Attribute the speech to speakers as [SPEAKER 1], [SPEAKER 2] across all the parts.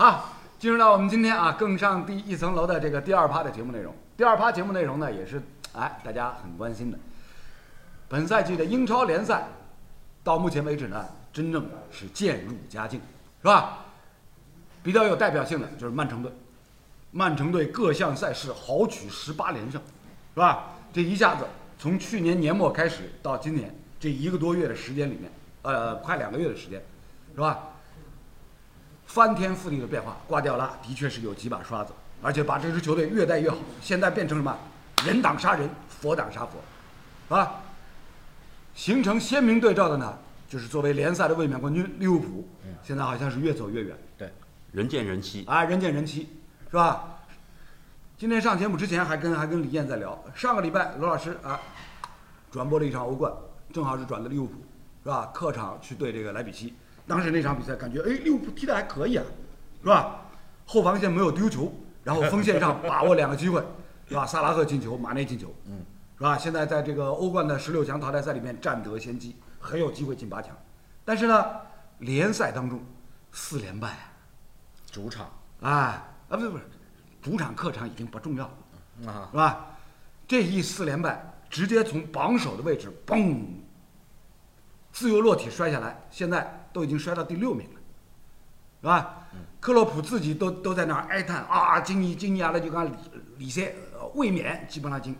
[SPEAKER 1] 好，啊进入到我们今天啊更上第一层楼的这个第二趴的节目内容。第二趴节目内容呢，也是哎大家很关心的。本赛季的英超联赛，到目前为止呢，真正是渐入佳境，是吧？比较有代表性的就是曼城队，曼城队各项赛事豪取十八连胜，是吧？这一下子从去年年末开始到今年这一个多月的时间里面，呃，快两个月的时间，是吧？翻天覆地的变化。瓜迪奥拉的确是有几把刷子，而且把这支球队越带越好。现在变成什么？人挡杀人，佛挡杀佛，啊，形成鲜明对照的呢，就是作为联赛的卫冕冠军利物浦，现在好像是越走越远
[SPEAKER 2] 对，
[SPEAKER 3] 人见人欺，
[SPEAKER 1] 啊，人见人欺，是吧？今天上节目之前还跟还跟李燕在聊，上个礼拜罗老师啊转播了一场欧冠，正好是转的利物浦，是吧？客场去对这个莱比锡，当时那场比赛感觉哎利物浦踢得还可以啊，是吧？后防线没有丢球，然后锋线上把握两个机会，是吧？萨拉赫进球，马内进球，嗯，是吧？现在在这个欧冠的十六强淘汰赛里面占得先机，很有机会进八强，但是呢，联赛当中四连败啊。
[SPEAKER 2] 主场
[SPEAKER 1] 啊啊，不是不是，主场客场已经不重要了，
[SPEAKER 2] 啊，
[SPEAKER 1] 是吧？这一四连败，直接从榜首的位置嘣，自由落体摔下来，现在都已经摔到第六名了，是吧？克洛普自己都都在那儿哀叹啊，今年今年了就讲里里赛呃卫冕基本上已经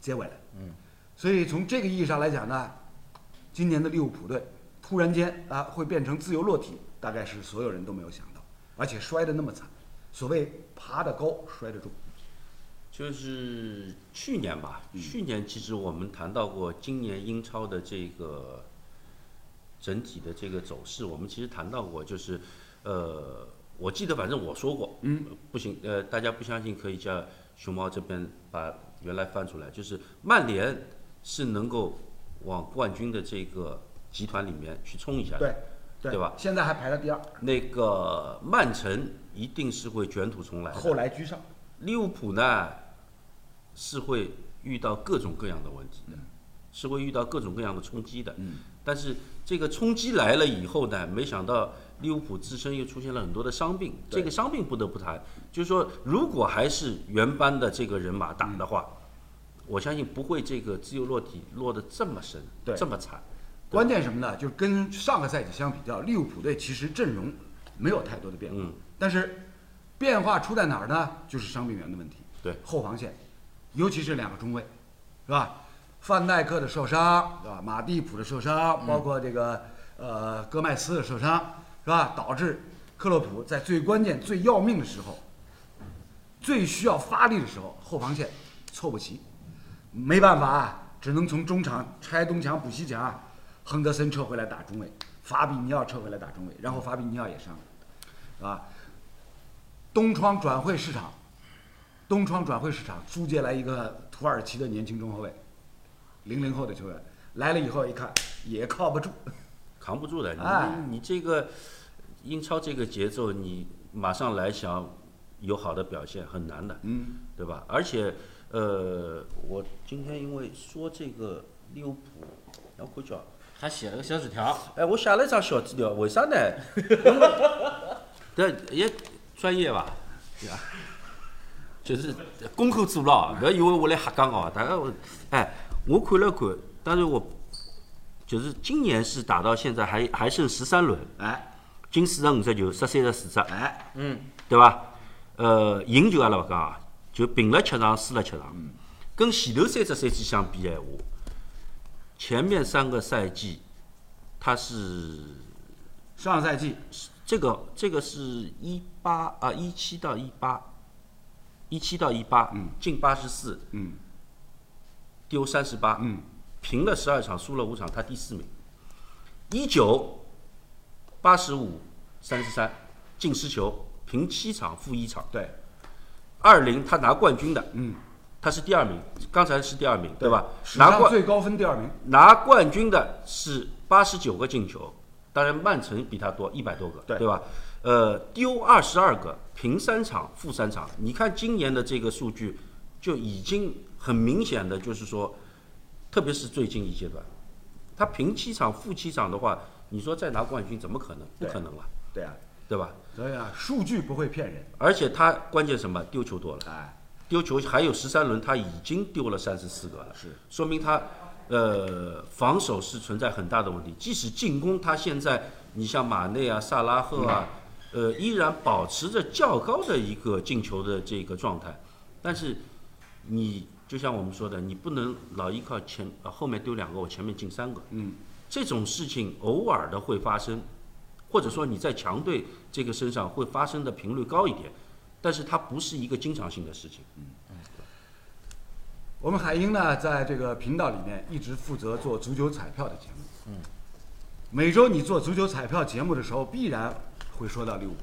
[SPEAKER 1] 结尾了，嗯，所以从这个意义上来讲呢，今年的利物浦队突然间啊会变成自由落体，大概是所有人都没有想到，而且摔得那么惨。所谓爬得高，摔得重，
[SPEAKER 3] 就是去年吧，
[SPEAKER 2] 嗯
[SPEAKER 3] 去年其实我们谈到过今年英超的这个整体的这个走势，我们其实谈到过，就是呃，我记得反正我说过，嗯，不行，呃，大家不相信可以叫熊猫这边把原来翻出来，就是曼联是能够往冠军的这个集团里面去冲一下的，
[SPEAKER 1] 对，对
[SPEAKER 3] 对吧
[SPEAKER 1] 现在还排在第二，
[SPEAKER 3] 那个曼城一定是会卷土重来的，
[SPEAKER 1] 后来居上。
[SPEAKER 3] 利物浦呢是会遇到各种各样的问题的，是会遇到各种各样的冲击的。嗯，但是这个冲击来了以后呢，没想到利物浦自身又出现了很多的伤病，这个伤病不得不谈。就是说，如果还是原班的这个人马打的话，我相信不会这个自由落体落得这么深，
[SPEAKER 1] 对
[SPEAKER 3] 这么惨。
[SPEAKER 1] 关键什么呢？就是跟上个赛季相比较，利物浦队其实阵容没有太多的变化，
[SPEAKER 3] 嗯
[SPEAKER 1] 但是变化出在哪儿呢？就是伤病员的问题。
[SPEAKER 3] 对
[SPEAKER 1] 后防线，尤其是两个中卫，是吧？范戴克的受伤，对吧？马蒂普的受伤，
[SPEAKER 3] 嗯
[SPEAKER 1] 包括这个、呃戈麦斯的受伤，是吧？导致克洛普在最关键、最要命的时候，最需要发力的时候，后防线凑不齐，没办法啊，只能从中场拆东墙补西墙啊。亨德森撤回来打中卫，法比尼奥撤回来打中卫，然后法比尼奥也伤了，啊，东窗转会市场，东窗转会市场租借来一个土耳其的年轻中后卫，零零后的球员来了以后一看也靠不住，
[SPEAKER 3] 扛不住的。你、
[SPEAKER 1] 哎
[SPEAKER 3] 你这个英超这个节奏，你马上来想有好的表现很难的，嗯，对吧？而且呃，我今天因为说这个利物浦，要回啊脚。
[SPEAKER 2] 还写了个小纸条，
[SPEAKER 3] 哎，我写了一张小资料，为啥呢？因为对，也专业吧， 对吧？就是功课做了，不要以为我来瞎讲哦。大家我，哎，我看了看，但是我就是今年是打到现在还还剩十三轮，
[SPEAKER 1] 哎
[SPEAKER 3] 进四十五只球，失三十四只，
[SPEAKER 1] 哎，
[SPEAKER 3] 对伐？呃，赢球阿拉勿讲啊，就平了七场，输了七场。跟前头三只赛季相比的闲话，前面三个赛季，它是
[SPEAKER 1] 上赛季
[SPEAKER 3] 这个这个是一八啊一七到一八，一七到一八，进八十四，
[SPEAKER 1] 嗯
[SPEAKER 3] 丢三十八，
[SPEAKER 1] 嗯
[SPEAKER 3] 平了十二场，输了五场，他第四名。一九八十五三十三，进失球，平七场负一场。
[SPEAKER 1] 对
[SPEAKER 3] 二零他拿冠军的，嗯，他是第二名，刚才是第二名，对吧？
[SPEAKER 1] 史
[SPEAKER 3] 拿
[SPEAKER 1] 上
[SPEAKER 3] 冠
[SPEAKER 1] 最高分第二名，
[SPEAKER 3] 拿冠军的是八十九个进球，当然曼城比他多一百多个，
[SPEAKER 1] 对
[SPEAKER 3] 吧？呃，丢二十二个，平三场，负三场。你看今年的这个数据，就已经很明显的就是说，特别是最近一阶段，他平七场、负七场的话，你说再拿冠军怎么可能？不可能了。
[SPEAKER 1] 对啊，
[SPEAKER 3] 对吧？
[SPEAKER 1] 所以啊，数据不会骗人。
[SPEAKER 3] 而且他关键什么丢球多了，
[SPEAKER 1] 哎，
[SPEAKER 3] 丢球还有十三轮，他已经丢了三十四个了，
[SPEAKER 1] 是
[SPEAKER 3] 说明他呃防守是存在很大的问题。即使进攻，他现在你像马内啊、萨拉赫啊，呃，依然保持着较高的一个进球的这个状态，但是你就像我们说的，你不能老依靠前呃后面丢两个，我前面进三个，
[SPEAKER 1] 嗯，
[SPEAKER 3] 这种事情偶尔的会发生，或者说你在强队这个身上会发生的频率高一点，但是它不是一个经常性的事情。
[SPEAKER 1] 我们海英呢，在这个频道里面一直负责做足球彩票的节目。嗯，每周你做足球彩票节目的时候，必然会说到利物浦。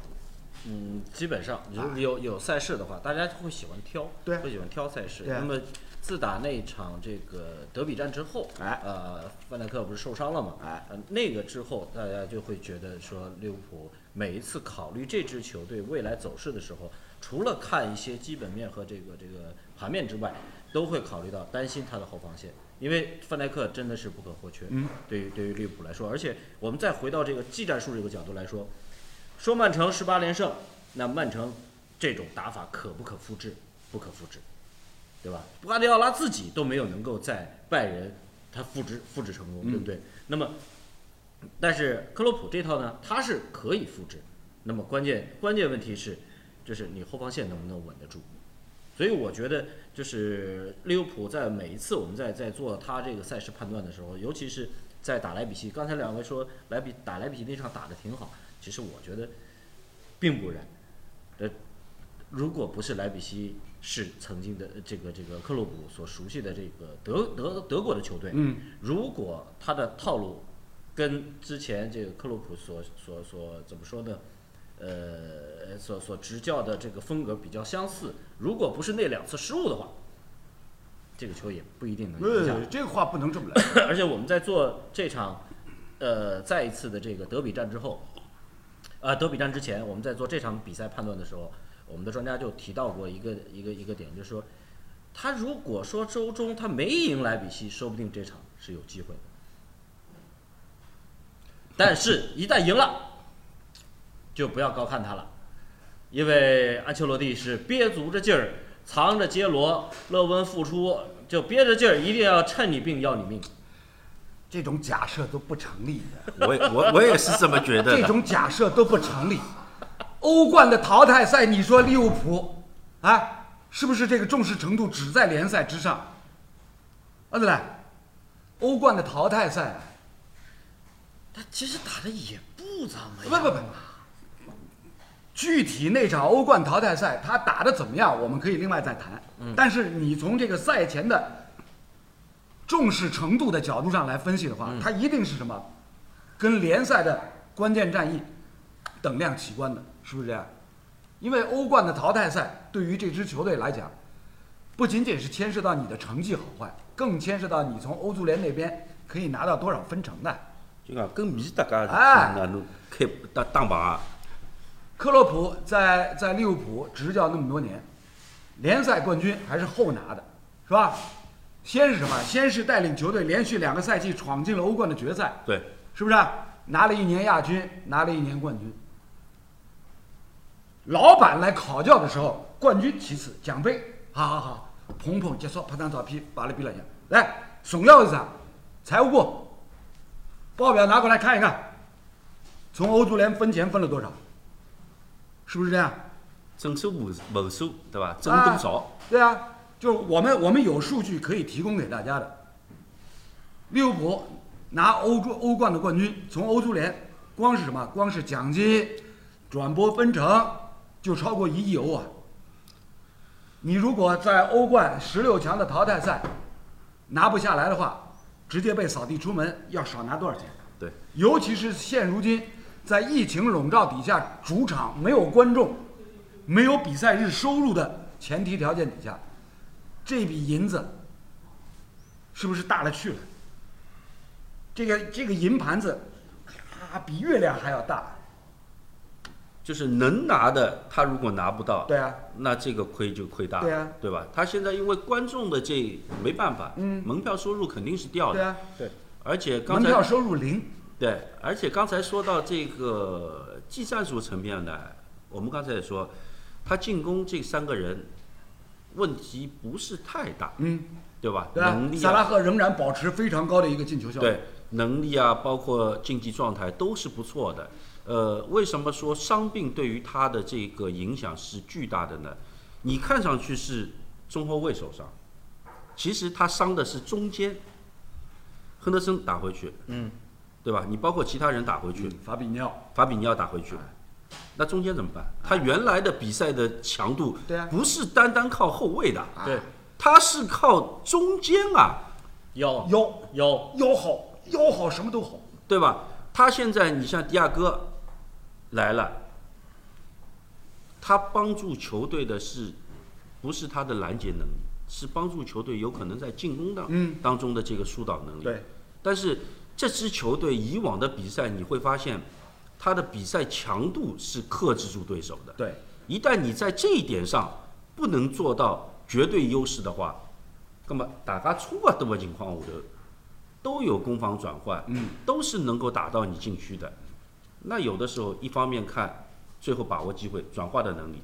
[SPEAKER 2] 嗯，基本上如果有有赛事的话，大家会喜欢挑，
[SPEAKER 1] 啊对
[SPEAKER 2] 会喜欢挑赛事。
[SPEAKER 1] 对啊
[SPEAKER 2] 那么自打那场这个德比战之后，
[SPEAKER 1] 哎
[SPEAKER 2] 呃，范戴克不是受伤了嘛，
[SPEAKER 1] 哎
[SPEAKER 2] 呃，那个之后大家就会觉得说，利物浦每一次考虑这支球队未来走势的时候，除了看一些基本面和这个这个盘面之外，都会考虑到担心他的后防线。因为范戴克真的是不可或缺，
[SPEAKER 1] 嗯，
[SPEAKER 2] 对于对于利物浦来说，而且我们再回到这个技战术这个角度来说，说曼城十八连胜，那曼城这种打法可不可复制？不可复制，对吧？瓜迪奥拉自己都没有能够在拜仁他复制复制成功，对不对？那么，但是克洛普这套呢，他是可以复制。那么关键关键问题是，就是你后防线能不能稳得住？所以我觉得，就是利物浦在每一次我们在在做他这个赛事判断的时候，尤其是在打莱比锡，刚才两位说莱比打莱比锡那场打得挺好，其实我觉得并不然。呃，如果不是莱比锡是曾经的呃这个这个克洛普所熟悉的这个德德德国的球队，
[SPEAKER 1] 嗯，
[SPEAKER 2] 如果他的套路跟之前这个克洛普所所所怎么说呢？呃，所所执教的这个风格比较相似。如果不是那两次失误的话，这个球也不一定能赢下来
[SPEAKER 1] 呃，。这个话不能这么来。
[SPEAKER 2] 而且我们在做这场，呃，再一次的这个德比战之后，呃，德比战之前，我们在做这场比赛判断的时候，我们的专家就提到过一个一个一个点，就是说，他如果说周中他没赢莱比锡，说不定这场是有机会的。但是，一旦赢了，就不要高看他了，因为安切洛蒂是憋足着劲儿，藏着杰罗、勒温复出，就憋着劲儿，一定要趁你病要你命。
[SPEAKER 1] 这种假设都不成立的，
[SPEAKER 3] 我也我我也是这么觉 得
[SPEAKER 1] 这
[SPEAKER 3] 的。
[SPEAKER 1] 种假设都不成立。欧冠的淘汰赛，你说利物浦，啊，是不是这个重视程度只在联赛之上？啊，对了，欧冠的淘汰赛，
[SPEAKER 2] 他其实打的也不啊怎么
[SPEAKER 1] 不不不，具体那场欧冠淘汰赛他打的怎么样，我们可以另外再谈。但是你从这个赛前的重视程度的角度上来分析的话，他一定是什么，跟联赛的关键战役等量齐观的，是不是这样？因为欧冠的淘汰赛对于这支球队来讲，不仅仅是牵涉到你的成绩好坏，更牵涉到你从欧足联那边可以拿到多少分成的。
[SPEAKER 3] 就讲跟米大家
[SPEAKER 1] 哎
[SPEAKER 3] 那侬开打打榜啊，
[SPEAKER 1] 克洛普在在利物浦执教那么多年，联赛冠军还是后拿的，是吧？先是什么？先是带领球队连续两个赛季闯进了欧冠的决赛，
[SPEAKER 3] 对，
[SPEAKER 1] 是不是？拿了一年亚军，拿了一年冠军。老板来考教的时候，冠军其次，奖杯，好好好，捧捧结束，拍张照片，巴拉比拉一下，来，总要是啥？财务部报表拿过来看一看，从欧足联分钱分了多少？是不是这样？
[SPEAKER 3] 整数无无数，对吧？争多
[SPEAKER 1] 啊
[SPEAKER 3] 少？
[SPEAKER 1] 对啊，就是我们我们有数据可以提供给大家的。利物浦拿欧洲欧冠的冠军，从欧足联光是什么？光是奖金、转播分成就超过一亿欧啊！你如果在欧冠十六强的淘汰赛拿不下来的话，直接被扫地出门，要少拿多少钱？
[SPEAKER 3] 对，
[SPEAKER 1] 尤其是现如今在疫情笼罩底下，主场没有观众、没有比赛日收入的前提条件底下，这笔银子是不是大了去了？这个这个银盘子啊，比月亮还要大。
[SPEAKER 3] 就是能拿的，他如果拿不到，
[SPEAKER 1] 对啊，
[SPEAKER 3] 那这个亏就亏大了，
[SPEAKER 1] 对啊
[SPEAKER 3] 吧？他现在因为观众的这没办法，
[SPEAKER 1] 嗯
[SPEAKER 3] 门票收入肯定是掉
[SPEAKER 1] 对
[SPEAKER 3] 的，
[SPEAKER 1] 啊，
[SPEAKER 2] 对，
[SPEAKER 3] 而且
[SPEAKER 1] 门
[SPEAKER 3] 哦刚才
[SPEAKER 1] 票收入零。
[SPEAKER 3] 对，而且刚才说到这个技战术层面呢，我们刚才也说，他进攻这三个人问题不是太大，
[SPEAKER 1] 嗯，
[SPEAKER 3] 对吧？
[SPEAKER 1] 对吧
[SPEAKER 3] 能？力
[SPEAKER 1] 萨拉
[SPEAKER 3] 啊，
[SPEAKER 1] 赫仍然保持非常高的一个进球效率。
[SPEAKER 3] 对，能力啊，包括竞技状态都是不错的。呃，为什么说伤病对于他的这个影响是巨大的呢？你看上去是中后卫受伤，其实他伤的是中间，亨德森打回去，
[SPEAKER 2] 嗯，
[SPEAKER 3] 对吧？你包括其他人打回去，
[SPEAKER 1] 嗯，法比尼奥，
[SPEAKER 3] 法比尼奥打回去，那中间怎么办？他原来的比赛的强度
[SPEAKER 1] 对啊
[SPEAKER 3] 不是单单靠后卫的，
[SPEAKER 1] 啊
[SPEAKER 2] 对，
[SPEAKER 3] 他是靠中间啊，
[SPEAKER 2] 腰
[SPEAKER 1] 腰
[SPEAKER 2] 腰
[SPEAKER 1] 腰好，腰好什么都好，
[SPEAKER 3] 对吧？他现在你像迪亚哥来了，他帮助球队的是不是他的拦截能力？是帮助球队有可能在进攻当、
[SPEAKER 1] 嗯
[SPEAKER 3] 当中的这个疏导能力。
[SPEAKER 1] 对，
[SPEAKER 3] 但是这支球队以往的比赛，你会发现他的比赛强度是克制住对手的。
[SPEAKER 1] 对，
[SPEAKER 3] 一旦你在这一点上不能做到绝对优势的话，那么大家初啊这个情况下头，都有攻防转换，
[SPEAKER 1] 嗯，
[SPEAKER 3] 都是能够打到你禁区的。那有的时候一方面看最后把握机会转化的能力，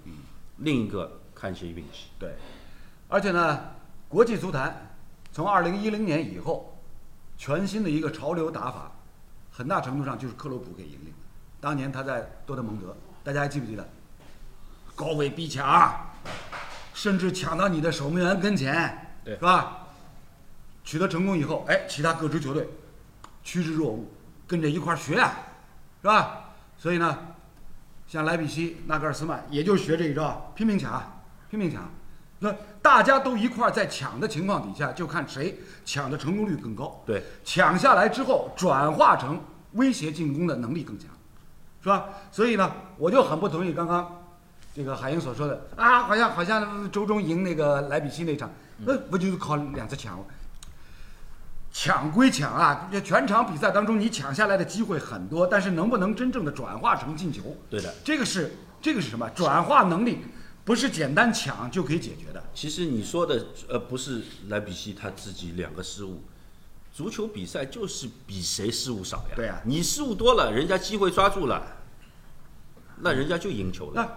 [SPEAKER 3] 另一个看一些运气。
[SPEAKER 1] 对，而且呢，国际足坛从二零一零年以后，全新的一个潮流打法，很大程度上就是克洛普给引领的。当年他在多特蒙德，大家还记不记得？高位逼抢，甚至抢到你的守门员跟前，
[SPEAKER 2] 对
[SPEAKER 1] 是吧？取得成功以后，哎，其他各支球队趋之若鹜，跟着一块儿学啊，是吧？所以呢，像莱比锡、纳格尔斯曼，也就学这一招，拼命抢，拼命抢。那大家都一块儿在抢的情况底下，就看谁抢的成功率更高。
[SPEAKER 3] 对，
[SPEAKER 1] 抢下来之后转化成威胁进攻的能力更强，是吧？所以呢，我就很不同意刚刚这个海英所说的啊，好像好像周中赢那个莱比锡那场，那不就是靠两次抢吗？抢归抢啊，这全场比赛当中你抢下来的机会很多，但是能不能真正的转化成进球？
[SPEAKER 3] 对的。
[SPEAKER 1] 这个是这个是什么？转化能力不是简单抢就可以解决的。
[SPEAKER 3] 其实你说的呃不是莱比锡他自己两个失误，足球比赛就是比谁失误少呀。
[SPEAKER 1] 对啊呀
[SPEAKER 3] 你失误多了，人家机会抓住了，那人家就赢球了。
[SPEAKER 1] 那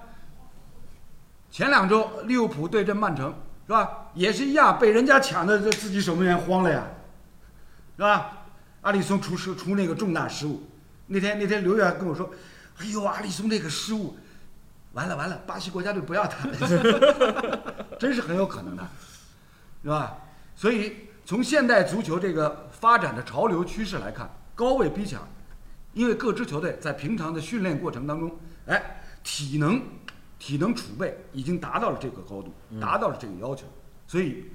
[SPEAKER 1] 前两周利物浦对阵曼城是吧？也是一样，被人家抢的自己守门员慌了呀，是吧？阿里松出失出那个重大失误，那天那天刘源跟我说：“哎呦，阿里松那个失误，完了完了，巴西国家队不要他 了，真是很有可能的，是吧？”所以从现代足球这个发展的潮流趋势来看，高位逼抢，因为各支球队在平常的训练过程当中，哎，体能体能储备已经达到了这个高度，达到了这个要求，所以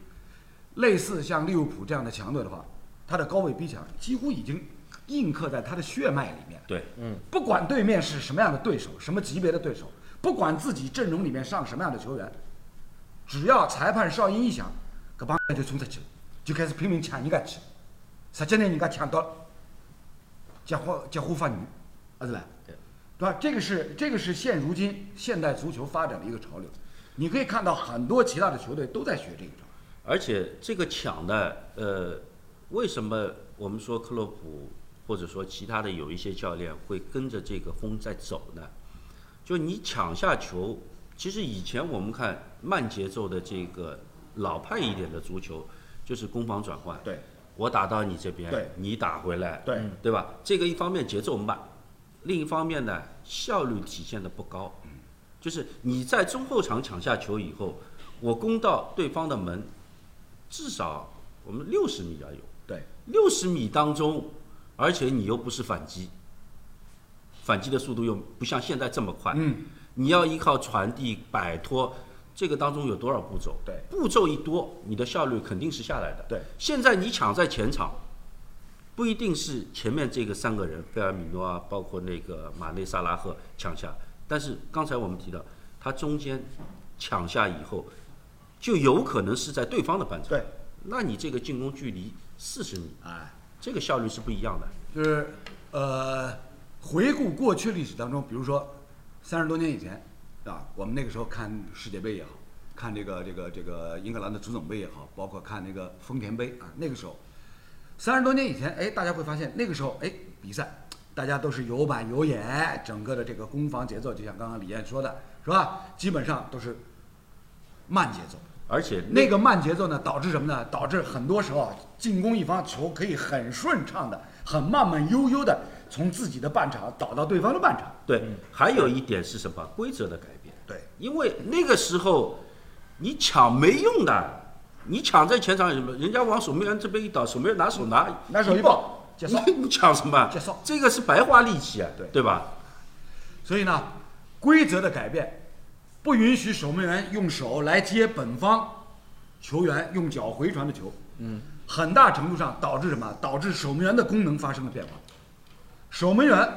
[SPEAKER 1] 类似像利物浦这样的强队的话，他的高位逼抢几乎已经印刻在他的血脉里面了。
[SPEAKER 3] 对，
[SPEAKER 1] 不管对面是什么样的对手，什么级别的对手，不管自己阵容里面上什么样的球员，只要裁判哨音一响，搿帮人就冲出去了，就开始拼命抢人家去，实际呢，人家抢到结花结花发女，啊是啦，
[SPEAKER 2] 对
[SPEAKER 1] 对吧？这个是这个是现如今现代足球发展的一个潮流，你可以看到很多其他的球队都在学这一招。
[SPEAKER 3] 而且这个抢呢，呃，为什么我们说克洛普或者说其他的有一些教练会跟着这个风在走呢？就你抢下球，其实以前我们看慢节奏的这个老派一点的足球，就是攻防转换，
[SPEAKER 1] 对
[SPEAKER 3] 我打到你这边，
[SPEAKER 1] 对
[SPEAKER 3] 你打回来，嗯
[SPEAKER 1] 对
[SPEAKER 3] 对吧？这个一方面节奏慢，另一方面呢效率体现的不高，
[SPEAKER 1] 嗯
[SPEAKER 3] 就是你在中后场抢下球以后，我攻到对方的门，至少我们六十米要有，
[SPEAKER 1] 对
[SPEAKER 3] 六十米当中，而且你又不是反击，反击的速度又不像现在这么快，
[SPEAKER 1] 嗯，
[SPEAKER 3] 你要依靠传递摆脱。这个当中有多少步骤？
[SPEAKER 1] 对
[SPEAKER 3] 步骤一多，你的效率肯定是下来的。
[SPEAKER 1] 对，
[SPEAKER 3] 现在你抢在前场，不一定是前面这个三个人，费尔米诺啊，包括那个马内、萨拉赫抢下，但是刚才我们提到，他中间抢下以后，就有可能是在对方的半场，
[SPEAKER 1] 对，
[SPEAKER 3] 那你这个进攻距离四十米，
[SPEAKER 1] 哎。
[SPEAKER 3] 这个效率是不一样的。
[SPEAKER 1] 就是呃，回顾过去历史当中，比如说三十多年以前，啊，我们那个时候看世界杯也好，看这个这个这个英格兰的足总杯也好，包括看那个丰田杯啊，那个时候三十多年以前，哎，大家会发现那个时候，哎，比赛大家都是有板有眼，整个的这个攻防节奏，就像刚刚李燕说的，是吧？基本上都是慢节奏。
[SPEAKER 3] 而且
[SPEAKER 1] 那个慢节奏呢，导致什么呢？导致很多时候啊进攻一方球可以很顺畅的、很慢慢悠悠的从自己的半场倒到对方的半场。
[SPEAKER 3] 对，还有一点是什么？规则的改变。
[SPEAKER 1] 对，
[SPEAKER 3] 因为那个时候你抢没用的，你抢在前场有什么？人家往守门员这边一倒，守门员拿手拿
[SPEAKER 1] 拿手一抱结束
[SPEAKER 3] 你 你抢什么
[SPEAKER 1] 结束？
[SPEAKER 3] 这个是白花力气啊，
[SPEAKER 1] 对
[SPEAKER 3] 对吧？
[SPEAKER 1] 所以呢，规则的改变不允许守门员用手来接本方球员用脚回传的球。嗯，很大程度上导致什么？导致守门员的功能发生了变化。守门员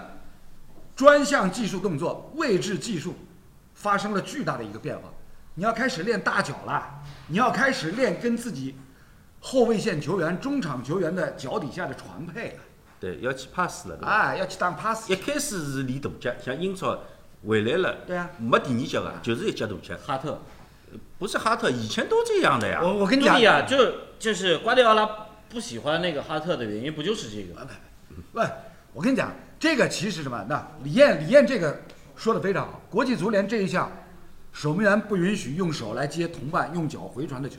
[SPEAKER 1] 专项技术动作、位置技术发生了巨大的一个变化。你要开始练大脚了，你要开始练跟自己后卫线球员、中场球员的脚底下的传配了，
[SPEAKER 3] 对，要去 pass 了，对吧？
[SPEAKER 1] 哎，要去当 pass
[SPEAKER 3] 一。开始是练大脚，像英超回来了，
[SPEAKER 1] 对啊
[SPEAKER 3] 没第二脚啊，就是一脚大脚，
[SPEAKER 2] 哈特，
[SPEAKER 3] 不是哈特，以前都这样的呀。
[SPEAKER 1] 我我跟你讲
[SPEAKER 2] 对，呀、就就是瓜迪奥拉不喜欢那个哈特的原因不就是这
[SPEAKER 1] 呃
[SPEAKER 2] 个？
[SPEAKER 1] 喂，我跟你讲，这个其实什么？那李艳，李艳这个说的非常好。国际足联这一项，守门员不允许用手来接同伴用脚回传的球，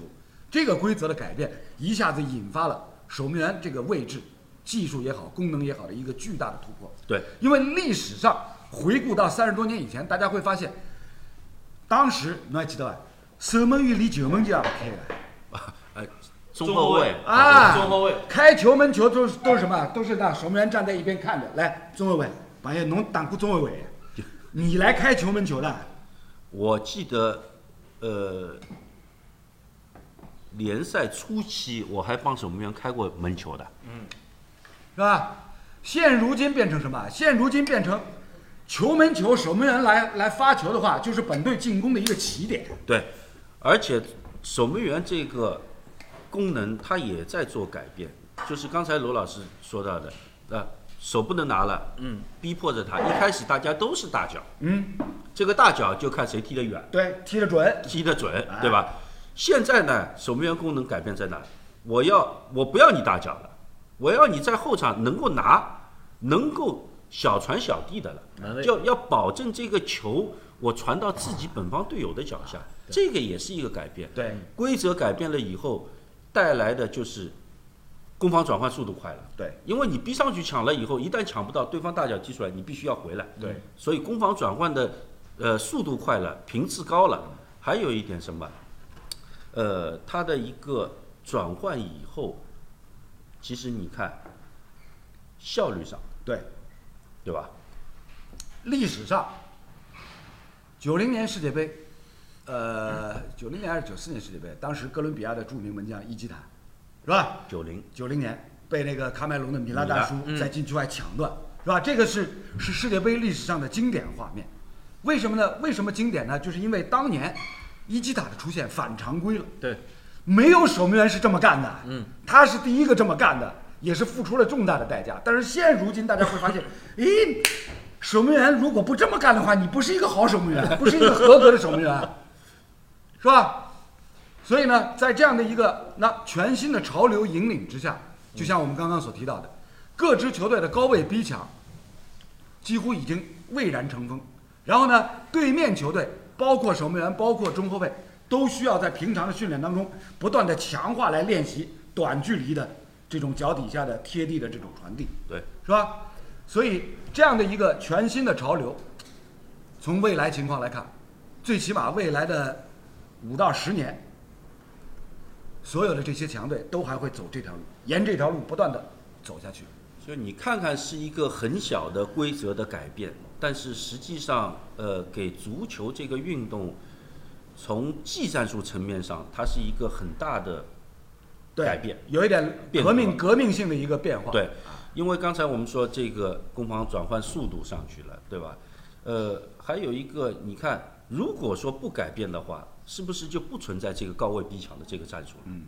[SPEAKER 1] 这个规则的改变一下子引发了守门员这个位置、技术也好、功能也好的一个巨大的突破。
[SPEAKER 3] 对，
[SPEAKER 1] 因为历史上回顾到三十多年以前，大家会发现，当时你还记得吧？守门员离球门就要开了。
[SPEAKER 3] 呃，中后卫
[SPEAKER 2] 中后卫
[SPEAKER 1] 啊，
[SPEAKER 2] 中后卫
[SPEAKER 1] 开球门球都是都是什么？都是让守门员站在一边看着。来，中后卫，朋友，侬打过中后卫，你来开球门球的，
[SPEAKER 3] 我记得，呃，联赛初期我还帮守门员开过门球的。
[SPEAKER 1] 是吧？现如今变成什么？现如今变成球门球，守门员来来发球的话，就是本队进攻的一个起点。
[SPEAKER 3] 对，而且守门员这个功能它也在做改变，就是刚才罗老师说到的，啊，手不能拿了，嗯，逼迫着他。一开始大家都是大脚，
[SPEAKER 1] 嗯，
[SPEAKER 3] 这个大脚就看谁踢得远，
[SPEAKER 1] 对，踢得准。
[SPEAKER 3] 踢得准
[SPEAKER 1] 哎，
[SPEAKER 3] 对吧？现在呢，守门员功能改变在哪？我要我不要你大脚了，我要你在后场能够拿，能够小传小递的
[SPEAKER 2] 难
[SPEAKER 3] 了，
[SPEAKER 2] 为
[SPEAKER 3] 要要保证这个球我传到自己本方队友的脚
[SPEAKER 1] 啊
[SPEAKER 3] 下，这个也是一个改变。
[SPEAKER 1] 对，
[SPEAKER 3] 规则改变了以后，带来的就是攻防转换速度快了。
[SPEAKER 1] 对，
[SPEAKER 3] 因为你逼上去抢了以后，一旦抢不到，对方大脚踢出来，你必须要回来。
[SPEAKER 1] 对，
[SPEAKER 3] 所以攻防转换的呃速度快了，频次高了。还有一点什么？呃，它的一个转换以后，其实你看效率上，
[SPEAKER 1] 对，
[SPEAKER 3] 对吧？
[SPEAKER 1] 历史上，九零年世界杯，呃，九零年还是九四年世界杯，当时哥伦比亚的著名门将伊基坦，是吧？
[SPEAKER 3] 九零
[SPEAKER 1] 九零年被那个喀麦隆的米拉
[SPEAKER 3] 米
[SPEAKER 1] 大
[SPEAKER 3] 拉
[SPEAKER 1] 叔在禁区外抢断，是吧？这个是是世界杯历史上的经典画面。为什么呢？为什么经典呢？就是因为当年伊基塔的出现反常规了，
[SPEAKER 2] 对，
[SPEAKER 1] 没有守门员是这么干的。嗯，他是第一个这么干的，也是付出了重大的代价。但是现如今大家会发现，咦，守门员如果不这么干的话，你不是一个好守门员，不是一个合格的守门员，是吧？所以呢，在这样的一个那全新的潮流引领之下，就像我们刚刚所提到的，各支球队的高位逼抢几乎已经蔚然成风。然后呢，对面球队包括守门员，包括中后卫，都需要在平常的训练当中不断的强化来练习短距离的这种脚底下的贴地的这种传递。
[SPEAKER 3] 对。
[SPEAKER 1] 是吧？所以这样的一个全新的潮流，从未来情况来看，最起码未来的五到十年，所有的这些强队都还会走这条路，沿这条路不断的走下去。
[SPEAKER 3] 就你看看是一个很小的规则的改变，但是实际上，呃，给足球这个运动，从技战术层面上，它是一个很大的
[SPEAKER 1] 对，
[SPEAKER 3] 改变
[SPEAKER 1] 有一点
[SPEAKER 3] 变革
[SPEAKER 1] 革命革命性的一个变化。
[SPEAKER 2] 啊
[SPEAKER 3] 对，因为刚才我们说这个攻防转换速度上去了，对吧？呃，还有一个，你看，如果说不改变的话，是不是就不存在这个高位逼抢的这个战术了，
[SPEAKER 2] 嗯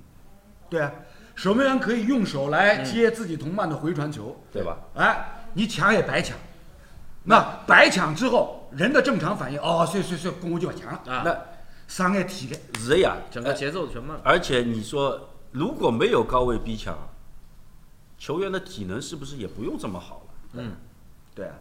[SPEAKER 1] 对啊，守门员可以用手来接
[SPEAKER 3] 嗯
[SPEAKER 1] 自己同伴的回传球，
[SPEAKER 3] 对吧？
[SPEAKER 1] 哎，你抢也白抢。那白抢之后，人的正常反应，哦，算算算，攻我就不抢了，
[SPEAKER 2] 啊
[SPEAKER 3] 那
[SPEAKER 1] 伤害体力。
[SPEAKER 3] 是的呀，
[SPEAKER 2] 整
[SPEAKER 1] 呃
[SPEAKER 2] 个节奏全慢了。
[SPEAKER 3] 而且你说如果没有高位逼抢，球员的体能是不是也不用这么好了？
[SPEAKER 2] 嗯，
[SPEAKER 1] 对啊，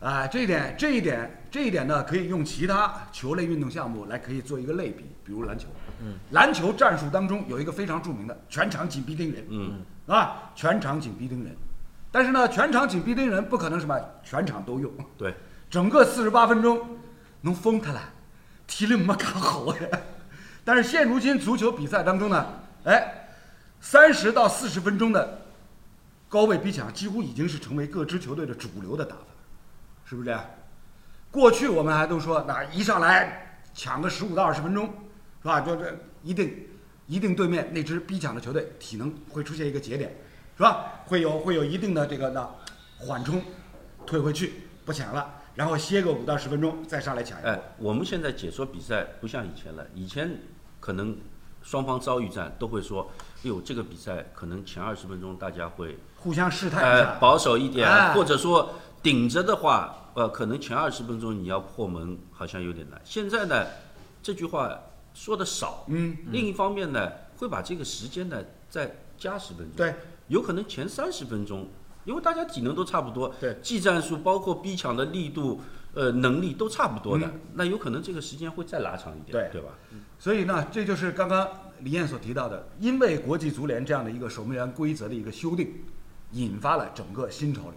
[SPEAKER 1] 啊，这一点，这一点，这一点呢，可以用其他球类运动项目来可以做一个类比，比如篮球。嗯，篮球战术当中有一个非常著名的全场紧逼盯人。嗯，啊，全场紧逼盯人，但是呢，全场紧逼盯人不可能什么全场都用，
[SPEAKER 3] 对，
[SPEAKER 1] 整个四十八分钟能疯他了，踢了没干好呀。 但是现如今足球比赛当中呢，哎，三十到四十分钟的高位逼抢几乎已经是成为各支球队的主流的打法，是不是这样？过去我们还都说，那一上来抢个十五到二十分钟，是吧？就这一定一定对面那支逼抢的球队体能会出现一个节点，是吧？会有会有一定的这个那缓冲，退回去不抢了，然后歇个五到十分钟再上来抢一波。
[SPEAKER 3] 哎，我们现在解说比赛不像以前了，以前可能双方遭遇战都会说，哎呦，这个比赛可能前二十分钟大家会
[SPEAKER 1] 互相试探一下。
[SPEAKER 3] 呃保守一点，
[SPEAKER 1] 哎
[SPEAKER 3] 或者说顶着的话，呃，可能前二十分钟你要破门好像有点难。现在呢，这句话说的少，
[SPEAKER 1] 嗯，
[SPEAKER 3] 另一方面呢，会把这个时间呢再加十分钟，
[SPEAKER 1] 对，
[SPEAKER 3] 有可能前三十分钟，因为大家体能都差不多，
[SPEAKER 2] 对，
[SPEAKER 3] 技战术包括逼抢的力度。呃，能力都差不多的，那有可能这个时间会再拉长一点，
[SPEAKER 1] 嗯对
[SPEAKER 3] 对吧？
[SPEAKER 1] 所以呢，这就是刚刚李燕所提到的，因为国际足联这样的一个守门员规则的一个修订，引发了整个新潮流，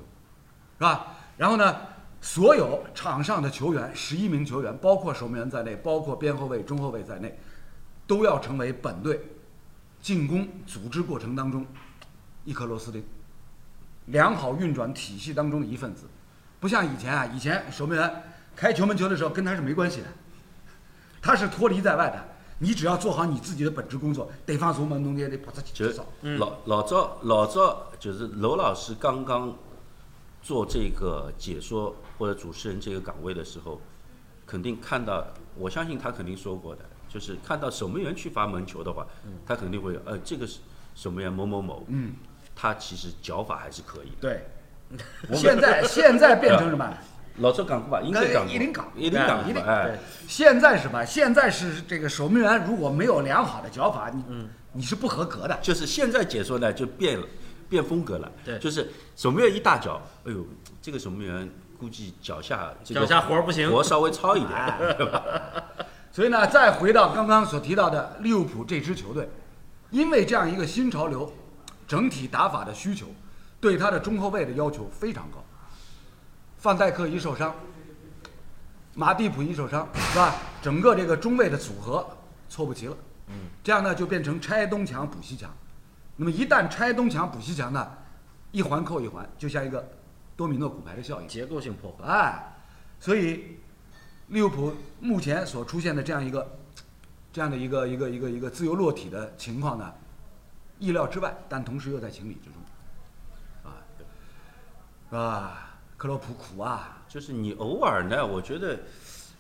[SPEAKER 1] 是吧？然后呢，所有场上的球员，十一名球员，包括守门员在内，包括边后卫、中后卫在内，都要成为本队进攻组织过程当中一颗螺丝钉，良好运转体系当中的一份子。不像以前啊，以前守门员开球门球的时候跟他是没关系的，他是脱离在外的。你只要做好你自己的本职工作，对方从门中间得把他
[SPEAKER 3] 就
[SPEAKER 1] 击
[SPEAKER 3] 是
[SPEAKER 1] 扫。
[SPEAKER 3] 老老赵老赵就是娄老师刚刚做这个解说或者主持人这个岗位的时候，肯定看到，我相信他肯定说过的，就是看到守门员去罚门球的话，他肯定会呃这个是守门员某某某，
[SPEAKER 1] 嗯，
[SPEAKER 3] 他其实脚法还是可以的。
[SPEAKER 1] 对，现在现在变成什么？
[SPEAKER 3] 老赵讲过吧？应该讲过，
[SPEAKER 1] 呃一定讲
[SPEAKER 3] 一定讲
[SPEAKER 1] 一
[SPEAKER 3] 过，
[SPEAKER 1] 定
[SPEAKER 3] 哎，
[SPEAKER 1] 现在是什么？现在是这个守门员如果没有良好的脚法，你、你是不合格的。
[SPEAKER 3] 就是现在解说呢就变了，变风格了。
[SPEAKER 2] 对
[SPEAKER 3] 就是守门员一大脚，哎呦，这个守门员估计脚下这个
[SPEAKER 2] 脚下活儿不行哎
[SPEAKER 3] 活稍微糙一点。
[SPEAKER 1] 所以呢，再回到刚刚所提到的利物浦这支球队，因为这样一个新潮流，整体打法的需求，对他的中后卫的要求非常高。范戴克一受伤，马蒂普一受伤，是吧？整个这个中卫的组合凑不齐了。嗯，这样呢就变成拆东墙补西墙。那么一旦拆东墙补西墙呢，一环扣一环，就像一个多米诺骨牌的效应。
[SPEAKER 2] 结构性破坏。
[SPEAKER 1] 哎，所以利物浦目前所出现的这样一个这样的一个一个一个一个自由落体的情况呢，意料之外，但同时又在情理之中，啊，啊，克洛普苦啊，
[SPEAKER 3] 就是你偶尔呢，我觉得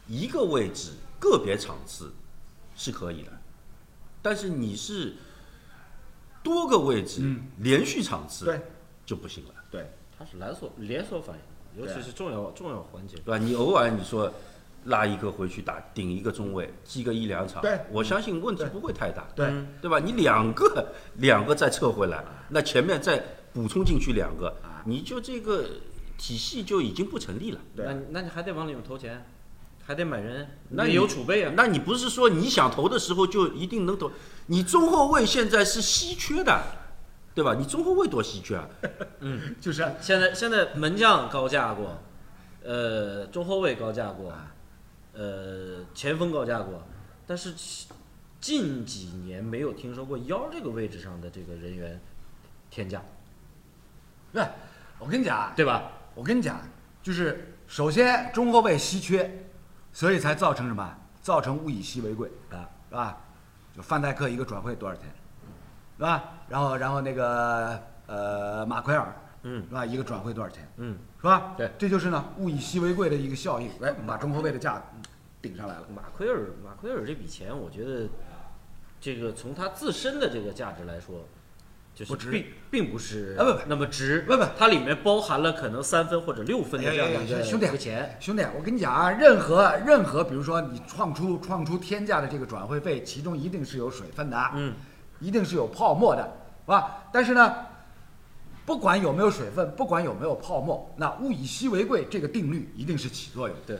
[SPEAKER 3] 一个位置个别场次是可以的，但是你是多个位置、
[SPEAKER 2] 嗯
[SPEAKER 3] 连续场次
[SPEAKER 1] 对
[SPEAKER 3] 就不行了。
[SPEAKER 1] 对，
[SPEAKER 2] 它是连锁连锁反应，尤其
[SPEAKER 1] 对
[SPEAKER 2] 是重要重要环节。
[SPEAKER 3] 对吧？你偶尔你说拉一个回去打顶一个中卫，击个一两场，
[SPEAKER 1] 对
[SPEAKER 3] 我相信问题
[SPEAKER 1] 对
[SPEAKER 3] 不会太大，
[SPEAKER 1] 对
[SPEAKER 3] 嗯对吧？你两个两个再撤回来，那前面再补充进去两个，你就这个体系就已经不成立了。
[SPEAKER 1] 对
[SPEAKER 2] 那你那你还得往里面投钱，还得买人，
[SPEAKER 3] 那
[SPEAKER 2] 你
[SPEAKER 3] 你
[SPEAKER 2] 有储备啊。
[SPEAKER 3] 那你不是说你想投的时候就一定能投？你中后卫现在是稀缺的，对吧？你中后卫多稀缺啊！
[SPEAKER 1] 就是啊
[SPEAKER 2] 现在现在门将高价过，呃，中后卫高价过，呃，前锋高价过，但是其近几年没有听说过腰这个位置上的这个人员天价，
[SPEAKER 1] 对，我跟你讲啊，
[SPEAKER 2] 对吧？
[SPEAKER 1] 我跟你讲，就是首先中后卫稀缺，所以才造成什么？造成物以稀为贵啊，是吧？就范戴克一个转会多少钱，是吧？然后然后那个呃马奎尔，
[SPEAKER 2] 嗯，
[SPEAKER 1] 是吧？一个转会多少钱，
[SPEAKER 2] 嗯，
[SPEAKER 1] 是吧？
[SPEAKER 2] 对
[SPEAKER 1] 这就是呢物以稀为贵的一个效应，来把中后卫的价顶上来了。
[SPEAKER 2] 马奎尔马奎尔这笔钱，我觉得这个从他自身的这个价值来说。就
[SPEAKER 1] 不
[SPEAKER 2] 是
[SPEAKER 1] 值
[SPEAKER 2] 并并不是
[SPEAKER 1] 啊不不
[SPEAKER 2] 那么值，
[SPEAKER 1] 不不哎
[SPEAKER 2] 它里面包含了可能三分或者六分的这样的一个
[SPEAKER 1] 兄弟
[SPEAKER 2] 一个钱，，
[SPEAKER 1] 兄弟，我跟你讲啊，任何任何，比如说你创出创出天价的这个转会费，其中一定是有水分的，啊
[SPEAKER 2] 嗯，
[SPEAKER 1] 一定是有泡沫的，是吧？但是呢，不管有没有水分，不管有没有泡沫，那物以稀为贵这个定律一定是起作用的，
[SPEAKER 2] 对，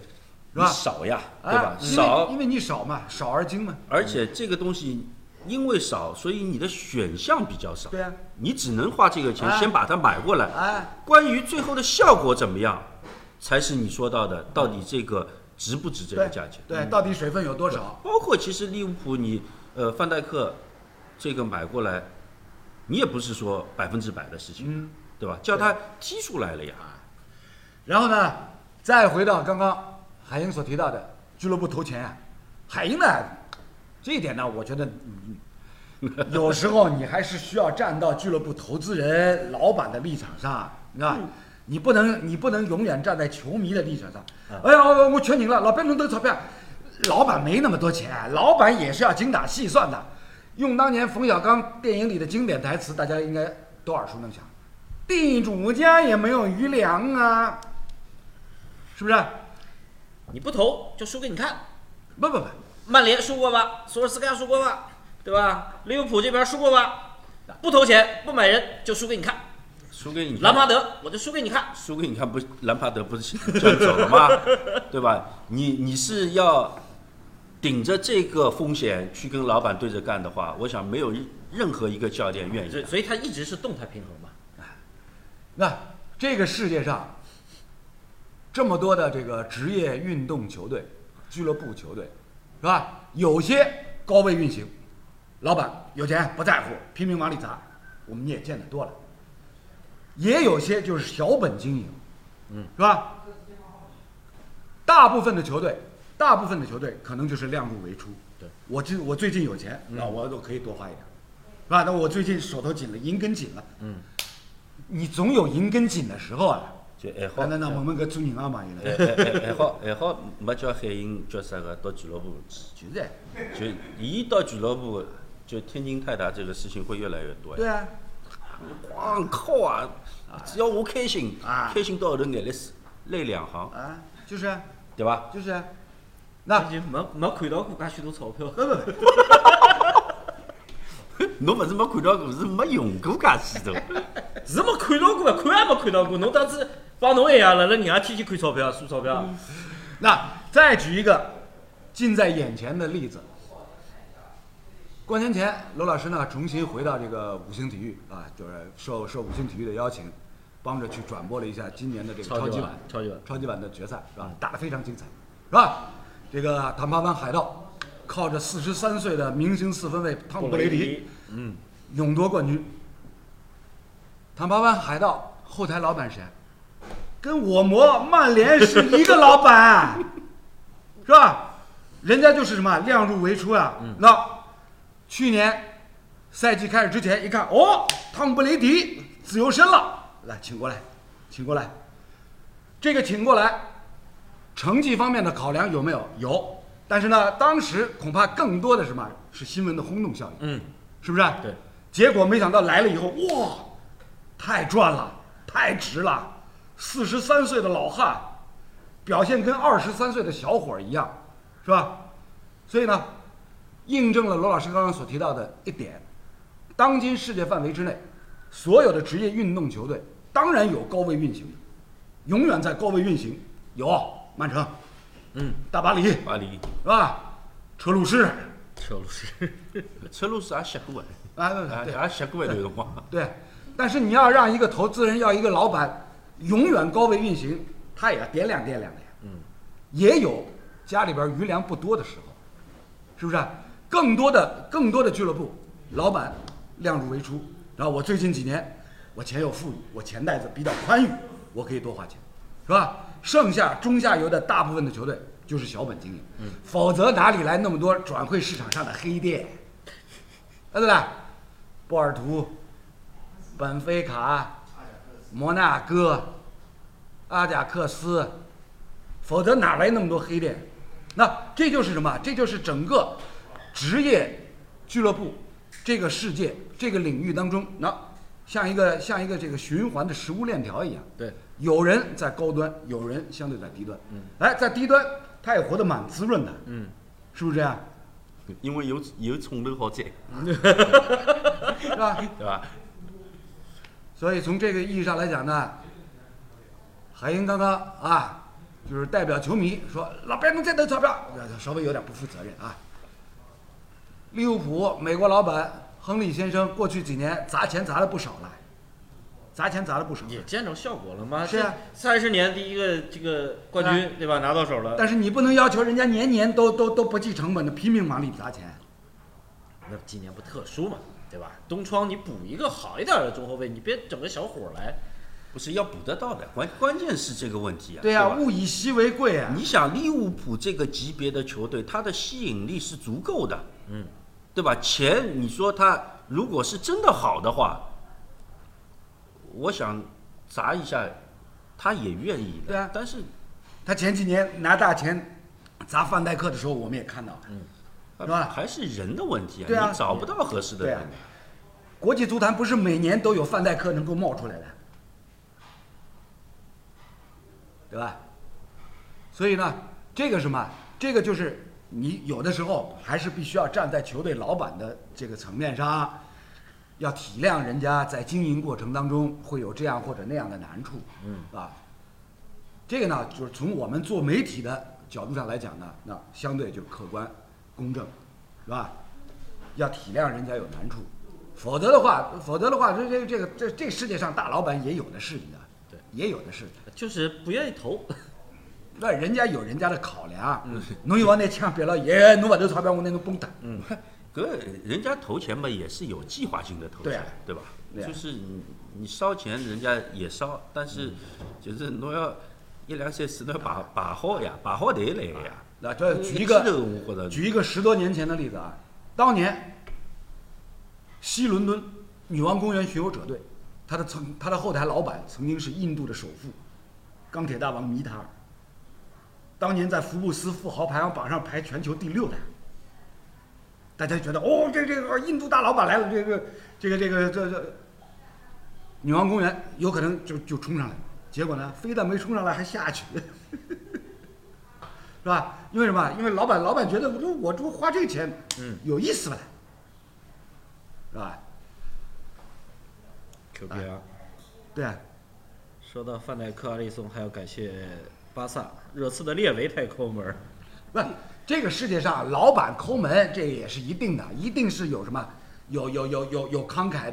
[SPEAKER 1] 是吧？
[SPEAKER 3] 你少呀，对
[SPEAKER 1] 哎
[SPEAKER 3] 吧？，
[SPEAKER 1] 因为
[SPEAKER 3] 少
[SPEAKER 1] 因，为你少嘛，少而精嘛，
[SPEAKER 3] 而且这个东西因为少，所以你的选项比较少。
[SPEAKER 1] 对啊呀、
[SPEAKER 3] 你只能花这个钱
[SPEAKER 1] 哎
[SPEAKER 3] 先把它买过来。
[SPEAKER 1] 哎，
[SPEAKER 3] 关于最后的效果怎么样，才是你说到的，到底这个值不值这个
[SPEAKER 1] 对
[SPEAKER 3] 价钱？嗯
[SPEAKER 1] 对，到底水分有多少？
[SPEAKER 3] 包括其实利物浦你呃范戴克这个买过来，你也不是说百分之百的事情，
[SPEAKER 1] 嗯，
[SPEAKER 3] 对吧？叫他踢出来了呀，
[SPEAKER 1] 然后呢，再回到刚刚海英所提到的俱乐部投钱啊，海英呢，这一点呢，我觉得，嗯， 有时候你还是需要站到俱乐部投资人、老板的立场上，你知道吧。你不能，你不能永远站在球迷的立场上。哎呀，我我求你了，老板能得钞票，老板没那么多钱，老板也是要精打细算的。用当年冯小刚电影里的经典台词，大家应该都耳熟能详：“地主家也没有余粮啊，是不是？
[SPEAKER 2] 你不投就输给你看，
[SPEAKER 1] 不不不，
[SPEAKER 2] 曼联输过吧，索尔斯克亚输过吧，对吧？利物浦这边输过吧，不投钱不买人就输给你看，
[SPEAKER 3] 输给你看
[SPEAKER 2] 兰帕德我就输给你看，
[SPEAKER 3] 输给你看不，兰帕德不是就走 了吗？对吧？你你是要顶着这个风险去跟老板对着干的话，我想没有任何一个教练愿
[SPEAKER 2] 所以
[SPEAKER 3] 意。
[SPEAKER 2] 所以他一直是动态平衡嘛。
[SPEAKER 1] 那这个世界上这么多的这个职业运动球队、俱乐部球队，是吧？有些高位运行，老板有钱不在乎，拼命往里砸，我们也见得多了。也有些就是小本经营，嗯，是吧？大部分的球队，大部分的球队可能就是量入为出。
[SPEAKER 2] 对，
[SPEAKER 1] 我近我最近有钱，那、我我可以多花一点，是吧？那我最近手头紧了，银根紧了，嗯，你总有银根紧的时候啊。
[SPEAKER 3] 就爱好
[SPEAKER 2] 哦
[SPEAKER 1] 那，那那问问搿主人啊嘛，现
[SPEAKER 3] 爱
[SPEAKER 1] 在
[SPEAKER 3] 爱爱好爱好，没叫海英叫啥个到俱乐部去，
[SPEAKER 1] 就是这样
[SPEAKER 3] 就一到俱乐部，就天津泰达这个事情会越来越多呀。
[SPEAKER 1] 对啊，
[SPEAKER 3] 光靠啊！只要我开心，
[SPEAKER 1] 啊
[SPEAKER 3] 开心到后头眼泪水泪两行，
[SPEAKER 1] 啊，就是啊，
[SPEAKER 3] 对吧？
[SPEAKER 1] 就是啊，那
[SPEAKER 2] 已经没没看到过噶许多钞票。
[SPEAKER 1] 不不不，
[SPEAKER 3] 侬勿是没看到过，是没用过介许多。
[SPEAKER 2] 是没看到过，看也没看到过。侬当时帮侬一样了，辣人家天天看钞票、输钞票，
[SPEAKER 1] 那再举一个近在眼前的例子。过年前，罗老师呢重新回到这个五星体育啊，就是受受五星体育的邀请，帮着去转播了一下今年的这个
[SPEAKER 2] 超级
[SPEAKER 1] 级
[SPEAKER 2] 碗
[SPEAKER 1] 碗、
[SPEAKER 2] 超级碗
[SPEAKER 1] 超级碗的决赛是吧？打得非常精彩，是吧？这个坦帕湾海盗靠着四十三岁的明星四分卫汤姆布雷迪。勇夺冠军。坦帕湾海盗后台老板谁？跟我魔曼联是一个老板，是吧？人家就是什么量入为出啊。那去年赛季开始之前一看，哦，汤姆布雷迪自由身了，来请过来，请过来。这个请过来，成绩方面的考量有没有？有。但是呢，当时恐怕更多的是什么是新闻的轰动效应。
[SPEAKER 2] 嗯，
[SPEAKER 1] 是不是？
[SPEAKER 2] 对。
[SPEAKER 1] 结果没想到来了以后，哇，太赚了，太值了！四十三岁的老汉，表现跟二十三岁的小伙儿一样，是吧？所以呢，印证了罗老师刚刚所提到的一点：，当今世界范围之内，所有的职业运动球队当然有高位运行的，永远在高位运行。有曼城，
[SPEAKER 2] 嗯，
[SPEAKER 1] 大巴黎是
[SPEAKER 3] 巴黎，
[SPEAKER 1] 吧？车路士，
[SPEAKER 2] 车路士，
[SPEAKER 3] 车路士也吸过
[SPEAKER 1] 啊，对
[SPEAKER 3] 哎，
[SPEAKER 1] 对
[SPEAKER 3] 也吸过哎，这个光。
[SPEAKER 1] 对，但是你要让一个投资人，要一个老板，永远高位运行，他也要掂量掂量的呀。嗯，也有家里边余粮不多的时候，是不是啊？更多的更多的俱乐部，老板量入为出。然后我最近几年，我钱有富裕，我钱袋子比较宽裕，我可以多花钱，是吧？剩下中下游的大部分的球队就是小本经营，否则哪里来那么多转会市场上的黑店？ 对不对？波尔图、本菲卡、摩纳哥、阿贾克斯，否则哪来那么多黑店？那这就是什么？这就是整个职业俱乐部这个世界这个领域当中，那像一个像一个这个循环的食物链条一样。
[SPEAKER 2] 对，
[SPEAKER 1] 有人在高端，有人相对在低端。嗯，哎，在低端他也活得蛮滋润的。嗯，是不是这样？
[SPEAKER 3] 因为有有冲头好在，
[SPEAKER 1] 是吧？
[SPEAKER 3] 对吧？
[SPEAKER 1] 所以从这个意义上来讲呢，海鹰刚刚啊，就是代表球迷说老白能再得钞票，稍微有点不负责任啊。利物浦美国老板亨利先生过去几年砸钱砸了不少了，砸钱砸了不少了。
[SPEAKER 2] 也见着效果了吗？
[SPEAKER 1] 是啊，
[SPEAKER 2] 三十年第一个这个冠军、对吧？拿到手了，
[SPEAKER 1] 但是你不能要求人家年年都都都不计成本的拼命往里砸钱。
[SPEAKER 2] 那今年不特殊嘛，对吧？东窗你补一个好一点的中后卫，你别整个小伙来。
[SPEAKER 3] 不是要补得到的，关关键是这个问题啊。
[SPEAKER 1] 对
[SPEAKER 3] 呀、
[SPEAKER 1] 呀、物以稀为贵啊。
[SPEAKER 3] 你想利物浦这个级别的球队，它的吸引力是足够的，
[SPEAKER 2] 嗯，
[SPEAKER 3] 对吧？钱，你说它如果是真的好的话，我想砸一下，他也愿意的。
[SPEAKER 1] 对啊
[SPEAKER 3] 但是
[SPEAKER 1] 他前几年拿大钱砸范戴克的时候，我们也看到了。
[SPEAKER 3] 呃
[SPEAKER 1] 是吧
[SPEAKER 3] 还是人的问题啊，
[SPEAKER 1] 对啊
[SPEAKER 3] 你找不到合适的
[SPEAKER 1] 对
[SPEAKER 3] 人
[SPEAKER 1] 啊。国际足坛不是每年都有范戴克能够冒出来的，对吧？所以呢，这个什么，这个就是你有的时候还是必须要站在球队老板的这个层面上，要体谅人家在经营过程当中会有这样或者那样的难处，嗯，啊，这个呢，就是从我们做媒体的角度上来讲呢，那相对就客观、公正，是吧？要体谅人家有难处，否则的话，否则的话，这这这个这这世界上大老板也有的是你的，啊
[SPEAKER 2] 对，
[SPEAKER 1] 也有的是。
[SPEAKER 2] 就是不愿意投，
[SPEAKER 1] 那人家有人家的考量，侬又往那腔别了，爷，侬勿投钞票，我拿侬崩塌。
[SPEAKER 3] 嗯可人家投钱嘛，也是有计划性的投钱，
[SPEAKER 1] 对啊
[SPEAKER 3] 对吧？
[SPEAKER 1] 对啊
[SPEAKER 3] 就是你你烧钱，人家也烧，但是就是侬要一两三四的把把好呀，把好得来呀。
[SPEAKER 1] 那这
[SPEAKER 3] 嗯
[SPEAKER 1] 举一
[SPEAKER 3] 这
[SPEAKER 1] 个
[SPEAKER 3] 我觉得
[SPEAKER 1] 举一个十多年前的例子啊，当年西伦敦女王公园巡游者队，他的曾他的后台老板曾经是印度的首富，钢铁大王米塔尔，当年在福布斯富豪排行榜上排全球第六的。大家觉得哦，这这个印度大老板来了，这个这个这个这这女王公园有可能就就冲上来，结果呢，非但没冲上来，还下去，是吧？因为什么？因为老板老板觉得我这我这花这个钱，嗯，有意思不啦？是吧？
[SPEAKER 2] QPR。
[SPEAKER 1] 对啊，
[SPEAKER 2] 哎说到范戴克、阿利松，还要感谢巴萨、热刺的列维太抠门儿。
[SPEAKER 1] 不，这个世界上老板抠门，这个也是一定的，一定是有什么有有有有有慷慨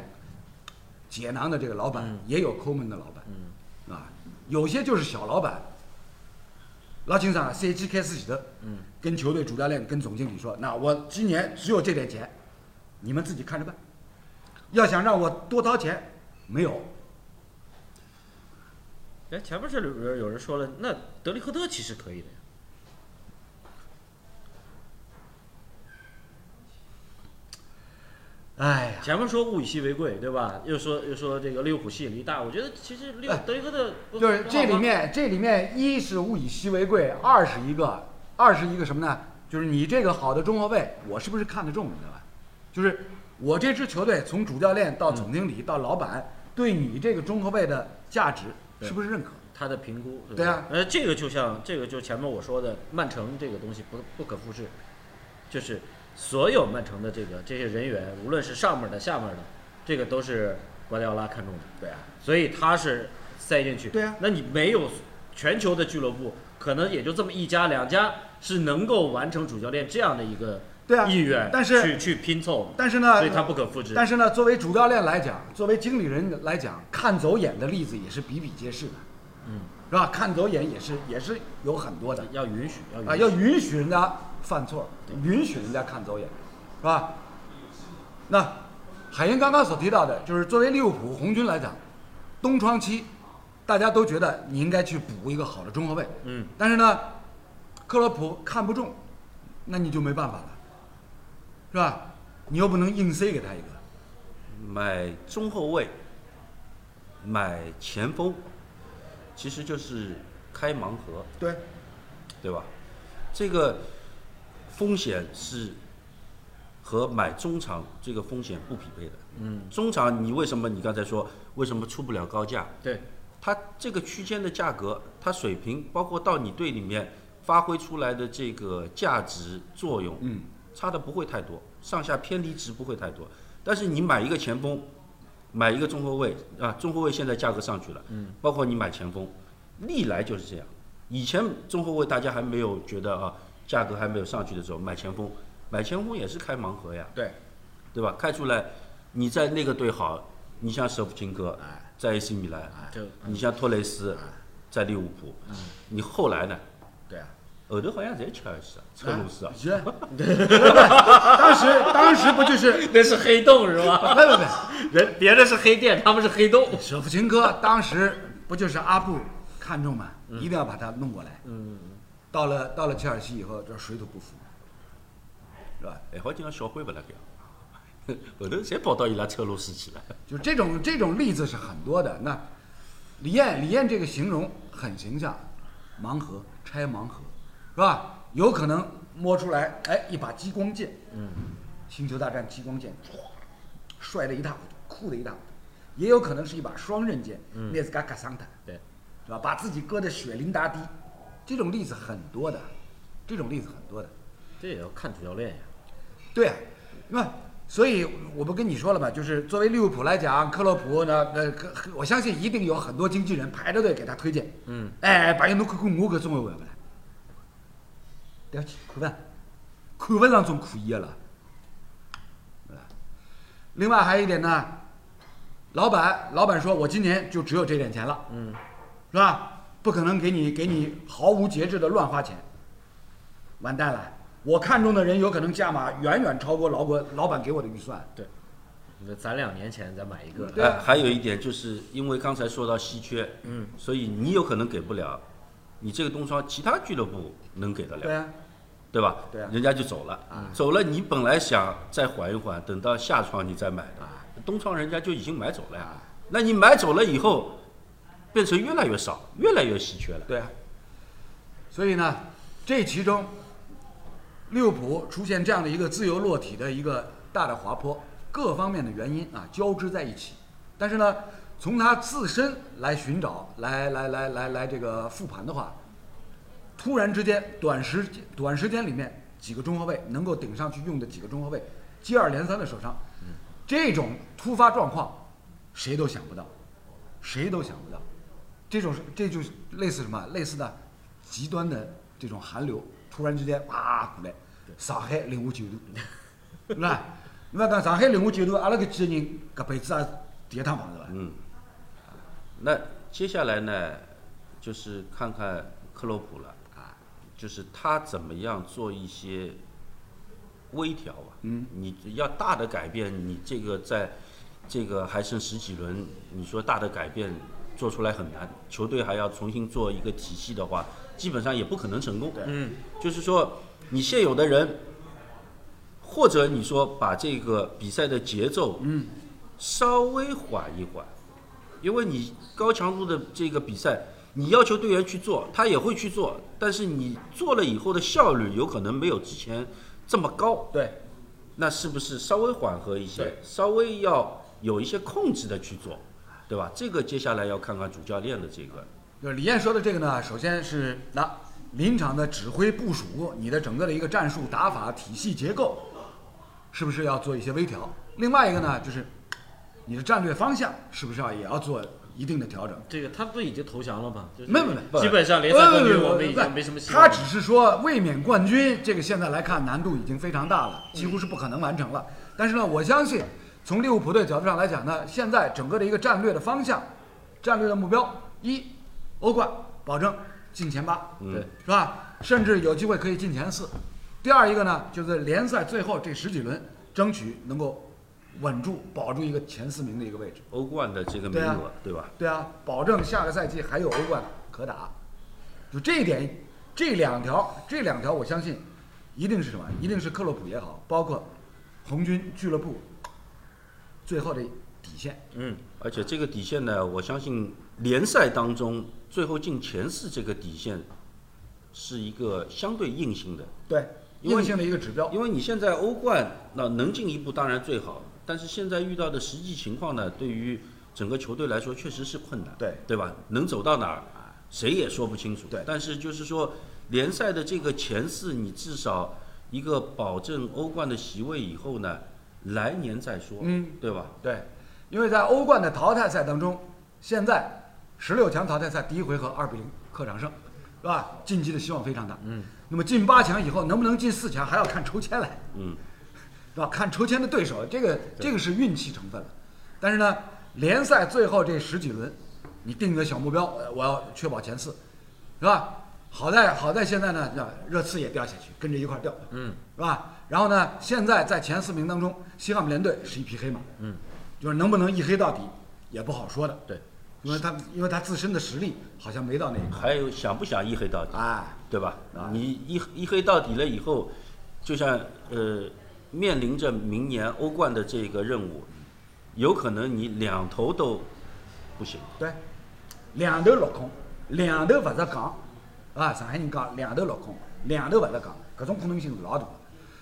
[SPEAKER 1] 解囊的这个老板，也有抠门的老板，嗯，啊，有些就是小老板。老清桑啊 C G 开始前头，嗯，跟球队主教练、跟总经理说：“那我今年只有这点钱，你们自己看着办。要想让我多掏钱，没有，
[SPEAKER 2] 哎，前面这里边有人说了，那德里赫特其实可以的呀。
[SPEAKER 1] 哎呀，
[SPEAKER 2] 前面说物以稀为贵，对吧？又说又说这个利物浦吸引力大，我觉得其实利物
[SPEAKER 1] 哎
[SPEAKER 2] 德里赫特不
[SPEAKER 1] 就是这里，
[SPEAKER 2] 不好吗
[SPEAKER 1] 面，这里面一是物以稀为贵，二是一个，二是一个什么呢？就是你这个好的中后卫，我是不是看得中，你知道吧？就是我这支球队从主教练
[SPEAKER 2] 嗯
[SPEAKER 1] 到总经理到老板，对你这个中后卫的价值
[SPEAKER 2] 对
[SPEAKER 1] 是不是认可？
[SPEAKER 2] 他的评估，
[SPEAKER 1] 对
[SPEAKER 2] 吧
[SPEAKER 1] 啊？
[SPEAKER 2] 呃，这个就像这个就前面我说的，曼城这个东西不不可复制，就是所有曼城的这个这些人员，无论是上面的下面的，这个都是瓜迪奥拉看中的。
[SPEAKER 1] 对啊，
[SPEAKER 2] 所以他是塞进去。
[SPEAKER 1] 对啊
[SPEAKER 2] 那你没有全球的俱乐部，可能也就这么一家两家是能够完成主教练这样的一个
[SPEAKER 1] 对啊
[SPEAKER 2] 意愿，
[SPEAKER 1] 但是
[SPEAKER 2] 去去拼凑，
[SPEAKER 1] 但是呢，呃
[SPEAKER 2] 所以他不可复制。
[SPEAKER 1] 但
[SPEAKER 2] 是
[SPEAKER 1] 是呢，作为主教练来讲，作为经理人来讲，看走眼的例子也是比比皆是的，
[SPEAKER 2] 嗯，
[SPEAKER 1] 是吧？看走眼也是也是有很多的。
[SPEAKER 2] 要允许，要允许。
[SPEAKER 1] 啊，要允许人家犯错，允许人家看走眼，是吧？那海英刚刚所提到的，就是作为利物浦红军来讲，东窗期大家都觉得你应该去补一个好的中后卫，
[SPEAKER 2] 嗯，
[SPEAKER 1] 但是呢，克洛普看不中，那你就没办法了，是吧？你又不能硬塞给他一个，
[SPEAKER 3] 买中后卫，买前锋，其实就是开盲盒，
[SPEAKER 1] 对，
[SPEAKER 3] 对吧？这个风险是和买中场这个风险不匹配的。
[SPEAKER 2] 嗯，
[SPEAKER 3] 中场你为什么你刚才说为什么出不了高价？
[SPEAKER 2] 对，
[SPEAKER 3] 它这个区间的价格，它水平包括到你队里面发挥出来的这个价值作用，
[SPEAKER 1] 嗯，
[SPEAKER 3] 差的不会太多，上下偏离值不会太多。但是你买一个前锋，买一个中后卫啊，中后卫现在价格上去了，嗯，包括你买前锋，历来就是这样。以前中后卫大家还没有觉得啊，价格还没有上去的时候买前锋，买前锋也是开盲盒呀，
[SPEAKER 2] 对，
[SPEAKER 3] 对吧？开出来，你在那个队好，你像舍甫琴科
[SPEAKER 1] 哎，
[SPEAKER 3] 在 AC 米兰，
[SPEAKER 2] 啊就
[SPEAKER 3] 你像托雷斯
[SPEAKER 1] 哎，
[SPEAKER 3] 在利物浦，你后来呢？
[SPEAKER 2] 对啊，
[SPEAKER 3] 后头好像侪切尔西啊，车路士啊，
[SPEAKER 1] 是，当时当时不就是
[SPEAKER 2] 那是黑洞是吧？
[SPEAKER 1] 哎不 不不。
[SPEAKER 2] 人别的是黑店，他们是黑洞。
[SPEAKER 1] 舍甫琴科当时不就是阿布看中吗？一定要把他弄过来。嗯，到了到了切尔西以后，这水土不服，是吧？
[SPEAKER 3] 还哎好今朝小辉勿辣盖， 后头侪跑到伊拉车路士去了。
[SPEAKER 1] 就这种这种例子是很多的。那李艳李艳这个形容很形象，盲盒拆盲盒，是吧？有可能摸出来，哎，一把激光剑，嗯，星球大战激光剑，唰，帅的一塌糊涂，酷的一塌糊涂。也有可能是一把双刃剑，那是嘎嘎桑塔，
[SPEAKER 2] 对，
[SPEAKER 1] 是吧？把自己割得血淋达滴，这种例子很多的，这种例子很多的。
[SPEAKER 2] 这也要看主教练呀。
[SPEAKER 1] 对啊，那所以我不跟你说了嘛，就是作为利物浦来讲，克洛普呢，呃，可我相信一定有很多经纪人排着队给他推荐。
[SPEAKER 2] 嗯，
[SPEAKER 1] 哎，把伊侬看看我搿中后卫勿啦？对不起，看勿，看勿上种可以的了，对吧另外还有一点呢，老板，老板说我今年就只有这点钱了，嗯，是吧？不可能给你给你毫无节制的乱花钱，完蛋了！我看中的人有可能价码远远超过老国老板给我的预算。
[SPEAKER 2] 对，那咱两年前咱买一个，
[SPEAKER 1] 对啊
[SPEAKER 3] 哎还还有一点，就是因为刚才说到稀缺，
[SPEAKER 2] 嗯，
[SPEAKER 3] 所以你有可能给不了，你这个东窗其他俱乐部能给得了，
[SPEAKER 1] 对啊，
[SPEAKER 3] 对吧？
[SPEAKER 1] 对啊
[SPEAKER 3] 人家就走了，走了，你本来想再缓一缓，等到下窗你再买的，
[SPEAKER 1] 啊
[SPEAKER 3] 东窗人家就已经买走了呀。那你买走了以后，变成越来越少，越来越稀缺了。
[SPEAKER 1] 对啊。所以呢，这其中，利物浦出现这样的一个自由落体的一个大的滑坡，各方面的原因啊交织在一起。但是呢，从他自身来寻找，来来来来来这个复盘的话，突然之间短时间短时间里面几个中后卫能够顶上去用的几个中后卫接二连三的受伤，这种突发状况谁都想不到，谁都想不到，这种是这就是类似什么类似的极端的这种寒流突然之间哇过来，上海零下九度， 是吧？你勿讲上海零下九度，阿拉搿几个人搿辈子也第一趟碰着伐？
[SPEAKER 3] 嗯，那接下来呢，就是看看克洛普了
[SPEAKER 1] 啊，
[SPEAKER 3] 就是他怎么样做一些微调吧。
[SPEAKER 1] 嗯，
[SPEAKER 3] 你要大的改变，你这个在这个还剩十几轮，你说大的改变做出来很难，球队还要重新做一个体系的话，基本上也不可能成功。
[SPEAKER 1] 对
[SPEAKER 2] 嗯，
[SPEAKER 3] 就是说你现有的人，或者你说把这个比赛的节奏，嗯，稍微缓一缓，因为你高强度的这个比赛，你要求队员去做，他也会去做，但是你做了以后的效率有可能没有之前这么高，
[SPEAKER 1] 对，
[SPEAKER 3] 那是不是稍微缓和一些，稍微要有一些控制的去做，对吧？这个接下来要看看主教练的这个，
[SPEAKER 1] 就是李艳说的这个呢，首先是那临场的指挥部署，你的整个的一个战术打法体系结构，是不是要做一些微调？另外一个呢，就是你的战略方向是不是要也要做一定的调整？
[SPEAKER 2] 这个他不已经投降了吗？就是
[SPEAKER 1] 没没没
[SPEAKER 3] 不
[SPEAKER 2] 基本上联赛冠军
[SPEAKER 1] 不不不
[SPEAKER 2] 我们已
[SPEAKER 1] 不
[SPEAKER 2] 经没什么希望
[SPEAKER 1] 他
[SPEAKER 2] 了。
[SPEAKER 1] 只是说卫冕冠军这个现在来看难度已经非常大了，
[SPEAKER 2] 嗯
[SPEAKER 1] 几乎是不可能完成了。但是呢，我相信从利物浦队角度上来讲呢，现在整个的一个战略的方向、战略的目标，一欧冠保证进前八，
[SPEAKER 3] 嗯
[SPEAKER 2] 对
[SPEAKER 1] 是吧？甚至有机会可以进前四。第二一个呢，就是联赛最后这十几轮，争取能够稳住、保住一个前四名的一个位置。
[SPEAKER 3] 欧冠的这个名
[SPEAKER 1] 对啊
[SPEAKER 3] 额，对吧？
[SPEAKER 1] 对啊，保证下个赛季还有欧冠可打。就这一点，这两条，这两条，我相信一定是什么？一定是克洛普也好，包括红军俱乐部最后的底线。
[SPEAKER 2] 嗯，
[SPEAKER 3] 而且这个底线呢，我相信联赛当中最后进前四这个底线是一个相对硬性的，
[SPEAKER 1] 对，
[SPEAKER 3] 因为
[SPEAKER 1] 硬性的一个指标。
[SPEAKER 3] 因为你现在欧冠那能进一步当然最好，但是现在遇到的实际情况呢，对于整个球队来说确实是困难，
[SPEAKER 1] 对啊
[SPEAKER 3] 对吧？能走到哪儿，谁也说不清楚。
[SPEAKER 1] 对
[SPEAKER 3] 但是就是说联赛的这个前四，你至少一个保证欧冠的席位以后呢，来年再说，
[SPEAKER 1] 嗯，
[SPEAKER 3] 对吧？
[SPEAKER 1] 对，因为在欧冠的淘汰赛当中，现在十六强淘汰赛第一回合二比零客场胜，是吧？晋级的希望非常大。嗯。那么进八强以后能不能进四强，还要看抽签来，
[SPEAKER 3] 嗯，
[SPEAKER 1] 是吧？看抽签的对手，这个这个是运气成分了。但是呢，联赛最后这十几轮，你定个小目标，呃我要确保前四，是吧？好在好在现在呢，那热刺也掉下去，跟着一块儿掉，
[SPEAKER 2] 嗯，
[SPEAKER 1] 是吧？然后呢，现在在前四名当中，西汉姆联队是一匹黑马，嗯，就是能不能一黑到底也不好说的，
[SPEAKER 2] 对，
[SPEAKER 1] 因为他因为他自身的实力好像没到那一块，
[SPEAKER 3] 还有想不想一黑到底，
[SPEAKER 1] 哎，
[SPEAKER 3] 对吧
[SPEAKER 1] 啊？
[SPEAKER 3] 你一一黑到底了以后，就像呃，面临着明年欧冠的这个任务，有可能你两头都不行。
[SPEAKER 1] 对，两头落空，两头勿着讲，啊，上海人讲两头落空，两头勿着讲，搿种可能性是老大的。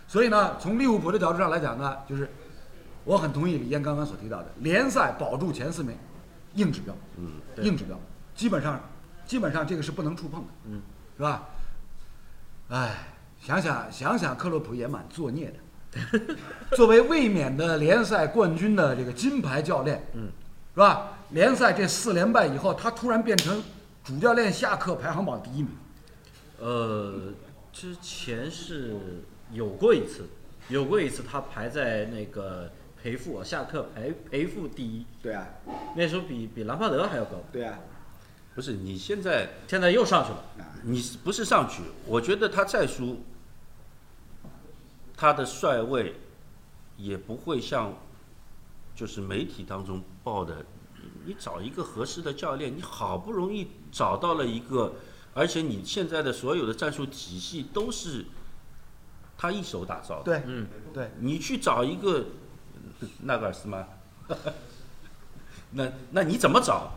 [SPEAKER 1] 所以呢，从利物浦的角度上来讲呢，就是我很同意李燕刚刚所提到的，联赛保住前四名，硬指标，嗯，硬指标，基本上基本上这个是不能触碰的，嗯，是吧？哎，想想想想，克洛普也蛮作孽的。作为卫冕的联赛冠军的这个金牌教练，嗯，是吧？联赛这四连败以后，他突然变成主教练下课排行榜第一名，
[SPEAKER 2] 呃，之前是有过一次，有过一次他排在那个赔付下课赔赔付第一，
[SPEAKER 1] 对啊，
[SPEAKER 2] 那时候比比兰帕德还要高，
[SPEAKER 1] 对啊，
[SPEAKER 3] 不是你现在
[SPEAKER 2] 现在又上去了。
[SPEAKER 3] 你是不是上去？我觉得他再输，他的帅位也不会像就是媒体当中报的。你找一个合适的教练，你好不容易找到了一个，而且你现在的所有的战术体系都是他一手打造的。
[SPEAKER 1] 对，
[SPEAKER 2] 嗯，
[SPEAKER 1] 对，
[SPEAKER 3] 你去找一个 纳格尔斯吗？ 那那你怎么找？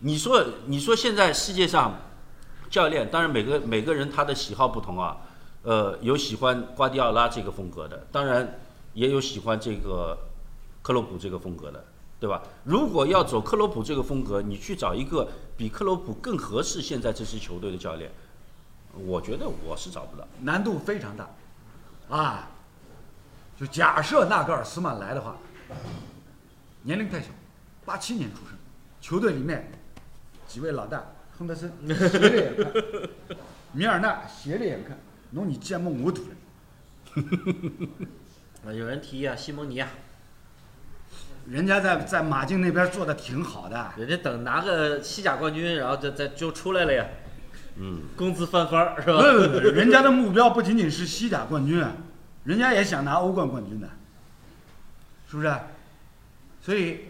[SPEAKER 3] 你说你说现在世界上教练，当然每个每个人他的喜好不同啊，呃，有喜欢瓜迪奥拉这个风格的，当然也有喜欢这个克洛普这个风格的，对吧？如果要走克洛普这个风格，你去找一个比克洛普更合适现在这支球队的教练，我觉得我是找不到。
[SPEAKER 1] 难度非常大，啊，就假设纳格尔斯曼来的话，年龄太小，八七年出生，球队里面几位老大，亨德森 斜着眼看，米尔纳斜着眼看，侬你见梦我赌人，
[SPEAKER 2] 啊，有人提议啊，西蒙尼啊，
[SPEAKER 1] 人家在在马竞那边做的挺好的，
[SPEAKER 2] 人家等拿个西甲冠军，然后再再就出来了呀，
[SPEAKER 3] 嗯，
[SPEAKER 2] 工资翻番儿是
[SPEAKER 1] 不
[SPEAKER 2] 吧？
[SPEAKER 1] 是不是，人家的目标不仅仅是西甲冠军啊，人家也想拿欧冠冠军的，是不是？所以，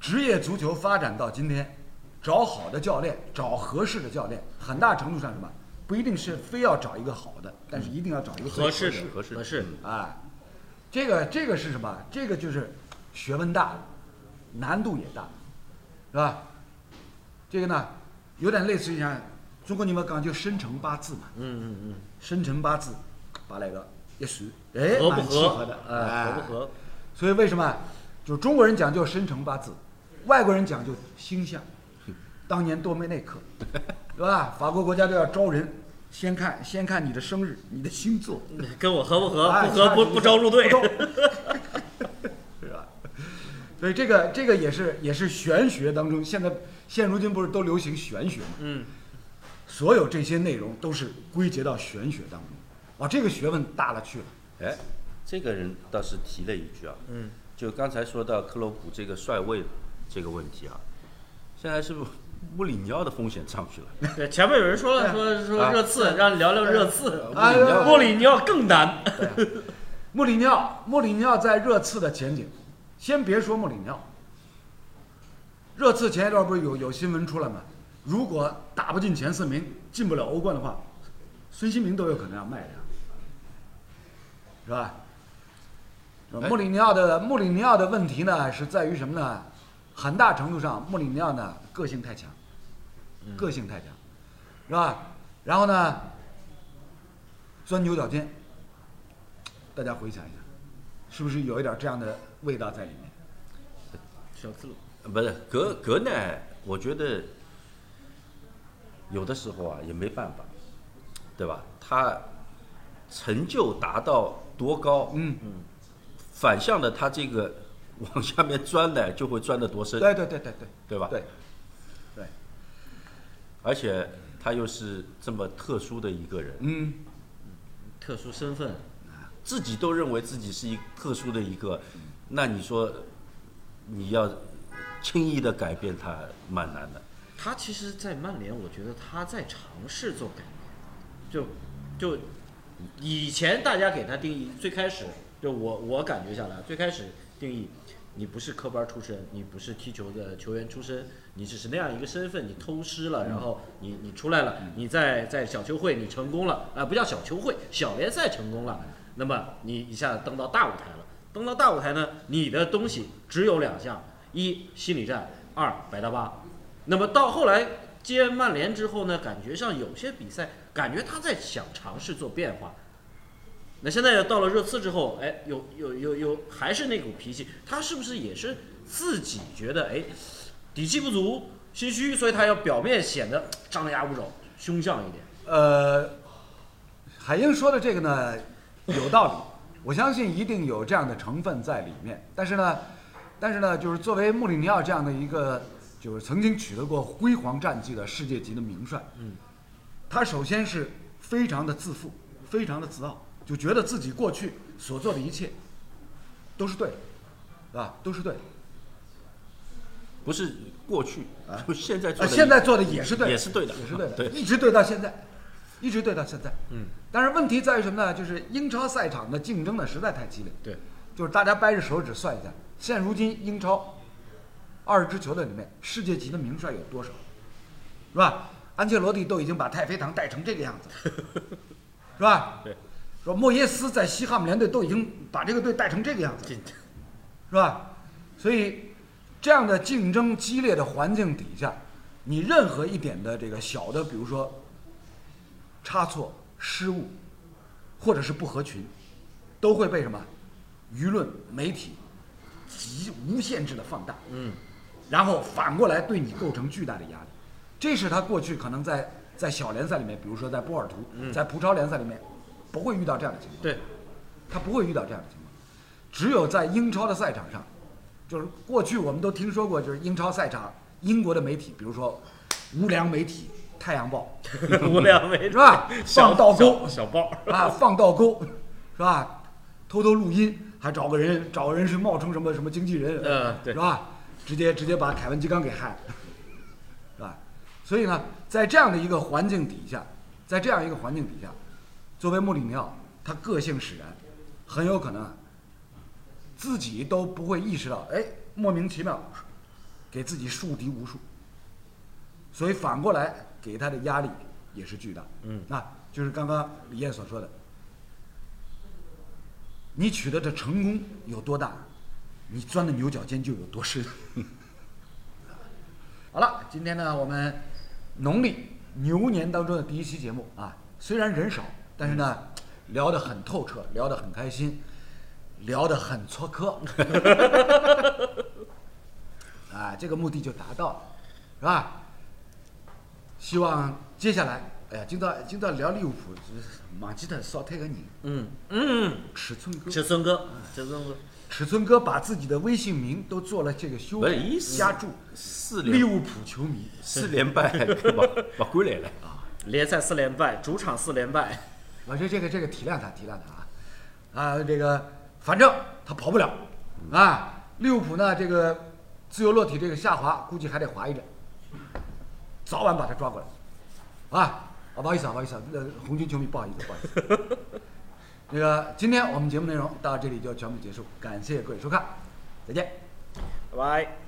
[SPEAKER 1] 职业足球发展到今天，找好的教练，找合适的教练，很大程度上什么，不一定是非要找一个好的，但是一定要找一个
[SPEAKER 2] 合适的，
[SPEAKER 3] 合适嗯
[SPEAKER 2] 合适的。
[SPEAKER 1] 哎，这个这个是什么？这个就是学问大了，难度也大，是吧？这个呢，有点类似于像中国人们讲究生辰八字嘛，
[SPEAKER 2] 嗯嗯
[SPEAKER 1] 生辰八字，把那个一算，
[SPEAKER 2] 嗯，
[SPEAKER 1] 哎，
[SPEAKER 2] 合不
[SPEAKER 1] 蛮契
[SPEAKER 2] 合
[SPEAKER 1] 合的？，
[SPEAKER 2] 哎，合不？合？
[SPEAKER 1] 所以为什么就中国人讲究生辰八字，外国人讲究星象？当年多梅内克，对吧？法国国家队要招人，先看先看你的生日，你的星座，
[SPEAKER 2] 跟我合不合？
[SPEAKER 1] 哎
[SPEAKER 2] 不合不
[SPEAKER 1] 差距
[SPEAKER 2] 不招入队。
[SPEAKER 1] 不是吧？所以这个这个也是也是玄学当中，现在现如今不是都流行玄学吗？
[SPEAKER 2] 嗯，
[SPEAKER 1] 所有这些内容都是归结到玄学当中，啊，这个学问大了去了。
[SPEAKER 3] 哎，这个人倒是提了一句啊，
[SPEAKER 2] 嗯，
[SPEAKER 3] 就刚才说到克洛普这个帅位这个问题啊，现在是不是穆里尼奥的风险上去了？
[SPEAKER 2] 对，前面有人说了，说说
[SPEAKER 3] 啊
[SPEAKER 2] 热刺，让你聊聊热刺。
[SPEAKER 1] 啊
[SPEAKER 3] 穆里尼奥
[SPEAKER 2] 穆里尼奥更难。
[SPEAKER 1] 穆里尼奥，穆里尼奥在热刺的前景，先别说穆里尼奥。热刺前一段不是有有新闻出来吗？如果打不进前四名，进不了欧冠的话，孙兴民都有可能要卖掉，是吧？呃
[SPEAKER 3] 哎
[SPEAKER 1] 穆里尼奥的穆里尼奥的问题呢，是在于什么呢？很大程度上，穆里尼奥呢个性太强，个性太强，是吧？然后呢，钻牛角尖，大家回想一下，是不是有一点这样的味道在里面？
[SPEAKER 2] 小刺
[SPEAKER 3] 呃不是，格格呢？我觉得有的时候啊也没办法，对吧？他成就达到多高，
[SPEAKER 1] 嗯，
[SPEAKER 3] 反向的他这个往下面钻的，就会钻得多深，
[SPEAKER 1] 对对对对对
[SPEAKER 3] 对呃吧？
[SPEAKER 1] 对，
[SPEAKER 3] 而且他又是这么特殊的一个人，
[SPEAKER 1] 嗯，
[SPEAKER 2] 特殊身份，
[SPEAKER 3] 自己都认为自己是一特殊的一个，那你说你要轻易的改变他，蛮难的。
[SPEAKER 2] 他其实，在曼联，我觉得他在尝试做改变，就就以前大家给他定义，最开始就我我感觉下来，最开始定义你不是科班出身，你不是踢球的球员出身，你只是那样一个身份，你偷师了，然后你你出来了，你在在小球会你成功了，啊、不叫小球会，小联赛成功了，那么你一下子登到大舞台了，登到大舞台呢，你的东西只有两项，一心理战，二百大巴。那么到后来接曼联之后呢，感觉上有些比赛，感觉他在想尝试做变化。那现在到了热刺之后，哎，有有有有，还是那股脾气，他是不是也是自己觉得哎底气不足、心虚，所以他要表面显得张牙舞爪、凶相一点。
[SPEAKER 1] 呃，海英说的这个呢有道理，我相信一定有这样的成分在里面。但是呢，但是呢，就是作为穆里尼奥这样的一个，就是曾经取得过辉煌战绩的世界级的名帅，
[SPEAKER 2] 嗯，
[SPEAKER 1] 他首先是非常的自负，非常的自傲，就觉得自己过去所做的一切都是对的，啊，都是对的。
[SPEAKER 3] 不是过去，就现在做
[SPEAKER 1] 啊，
[SPEAKER 3] 的、
[SPEAKER 1] 现在做的也是对的，
[SPEAKER 3] 也是对的啊
[SPEAKER 1] 也是对的，
[SPEAKER 3] 对
[SPEAKER 1] 一直对到现在，一直对到现在。
[SPEAKER 2] 嗯，
[SPEAKER 1] 但是问题在于什么呢？就是英超赛场的竞争呢实在太激烈，
[SPEAKER 2] 对，
[SPEAKER 1] 就是大家掰着手指算一下，现如今英超二十支球队里面，世界级的名帅有多少？是吧？安切罗蒂都已经把太妃糖带成这个样子了，是吧？
[SPEAKER 2] 对，
[SPEAKER 1] 说莫耶斯在西汉姆联队都已经把这个队带成这个样子了，
[SPEAKER 2] 这
[SPEAKER 1] 是吧？所以这样的竞争激烈的环境底下，你任何一点的这个小的，比如说差错、失误，或者是不合群，都会被什么舆论、媒体极无限制的放大，
[SPEAKER 2] 嗯，
[SPEAKER 1] 然后反过来对你构成巨大的压力。这是他过去可能在在小联赛里面，比如说在波尔图、在葡超联赛里面，不会遇到这样的情况。
[SPEAKER 2] 对，
[SPEAKER 1] 他不会遇到这样的情况。只有在英超的赛场上，就是过去我们都听说过，就是英超赛场，英国的媒体，比如说无良媒体《太阳报
[SPEAKER 2] 无良为》
[SPEAKER 1] 是吧？放倒钩
[SPEAKER 2] 小豹，
[SPEAKER 1] 啊，放倒钩是吧？偷偷录音，还找个人找个人是冒充什么什么经纪人，
[SPEAKER 2] 嗯对
[SPEAKER 1] 是吧？直接直接把凯文基冈给害了，是吧？所以呢，在这样的一个环境底下，在这样一个环境底下，作为穆里尼奥，他个性使然，很有可能啊自己都不会意识到，哎，莫名其妙给自己树敌无数，所以反过来给他的压力也是巨大。
[SPEAKER 2] 嗯，
[SPEAKER 1] 那就是刚刚李艳所说的，你取得的成功有多大，你钻的牛角尖就有多深。好了，今天呢，我们农历牛年当中的第一期节目啊，虽然人少，但是呢，聊得很透彻，聊得很开心，聊得很撮客， 啊，这个目的就达到了，是吧？希望接下来，哎呀，今朝今朝聊利物浦，忘记他少推个人，
[SPEAKER 2] 嗯嗯，
[SPEAKER 1] 尺寸哥，
[SPEAKER 2] 这孙哥，这孙哥，
[SPEAKER 1] 尺寸哥把自己的微信名都做了这个修
[SPEAKER 3] 不是意思
[SPEAKER 1] 加注，
[SPEAKER 3] 四
[SPEAKER 1] 利
[SPEAKER 3] 连
[SPEAKER 1] 物浦球迷。
[SPEAKER 3] 四连 败，对吧？把归来了。
[SPEAKER 2] 联赛四连败，主场四连败，
[SPEAKER 1] 我说这个这个体谅他，体谅他啊，啊，这个反正他跑不了啊。利物浦呢，这个自由落体这个下滑，估计还得滑一阵，早晚把他抓过来，啊，啊，不好意思啊，不好意思啊，呃，红军球迷不好意思，不好意思。 那个今天我们节目内容到这里就全部结束，感谢各位收看，再见。
[SPEAKER 2] 拜拜。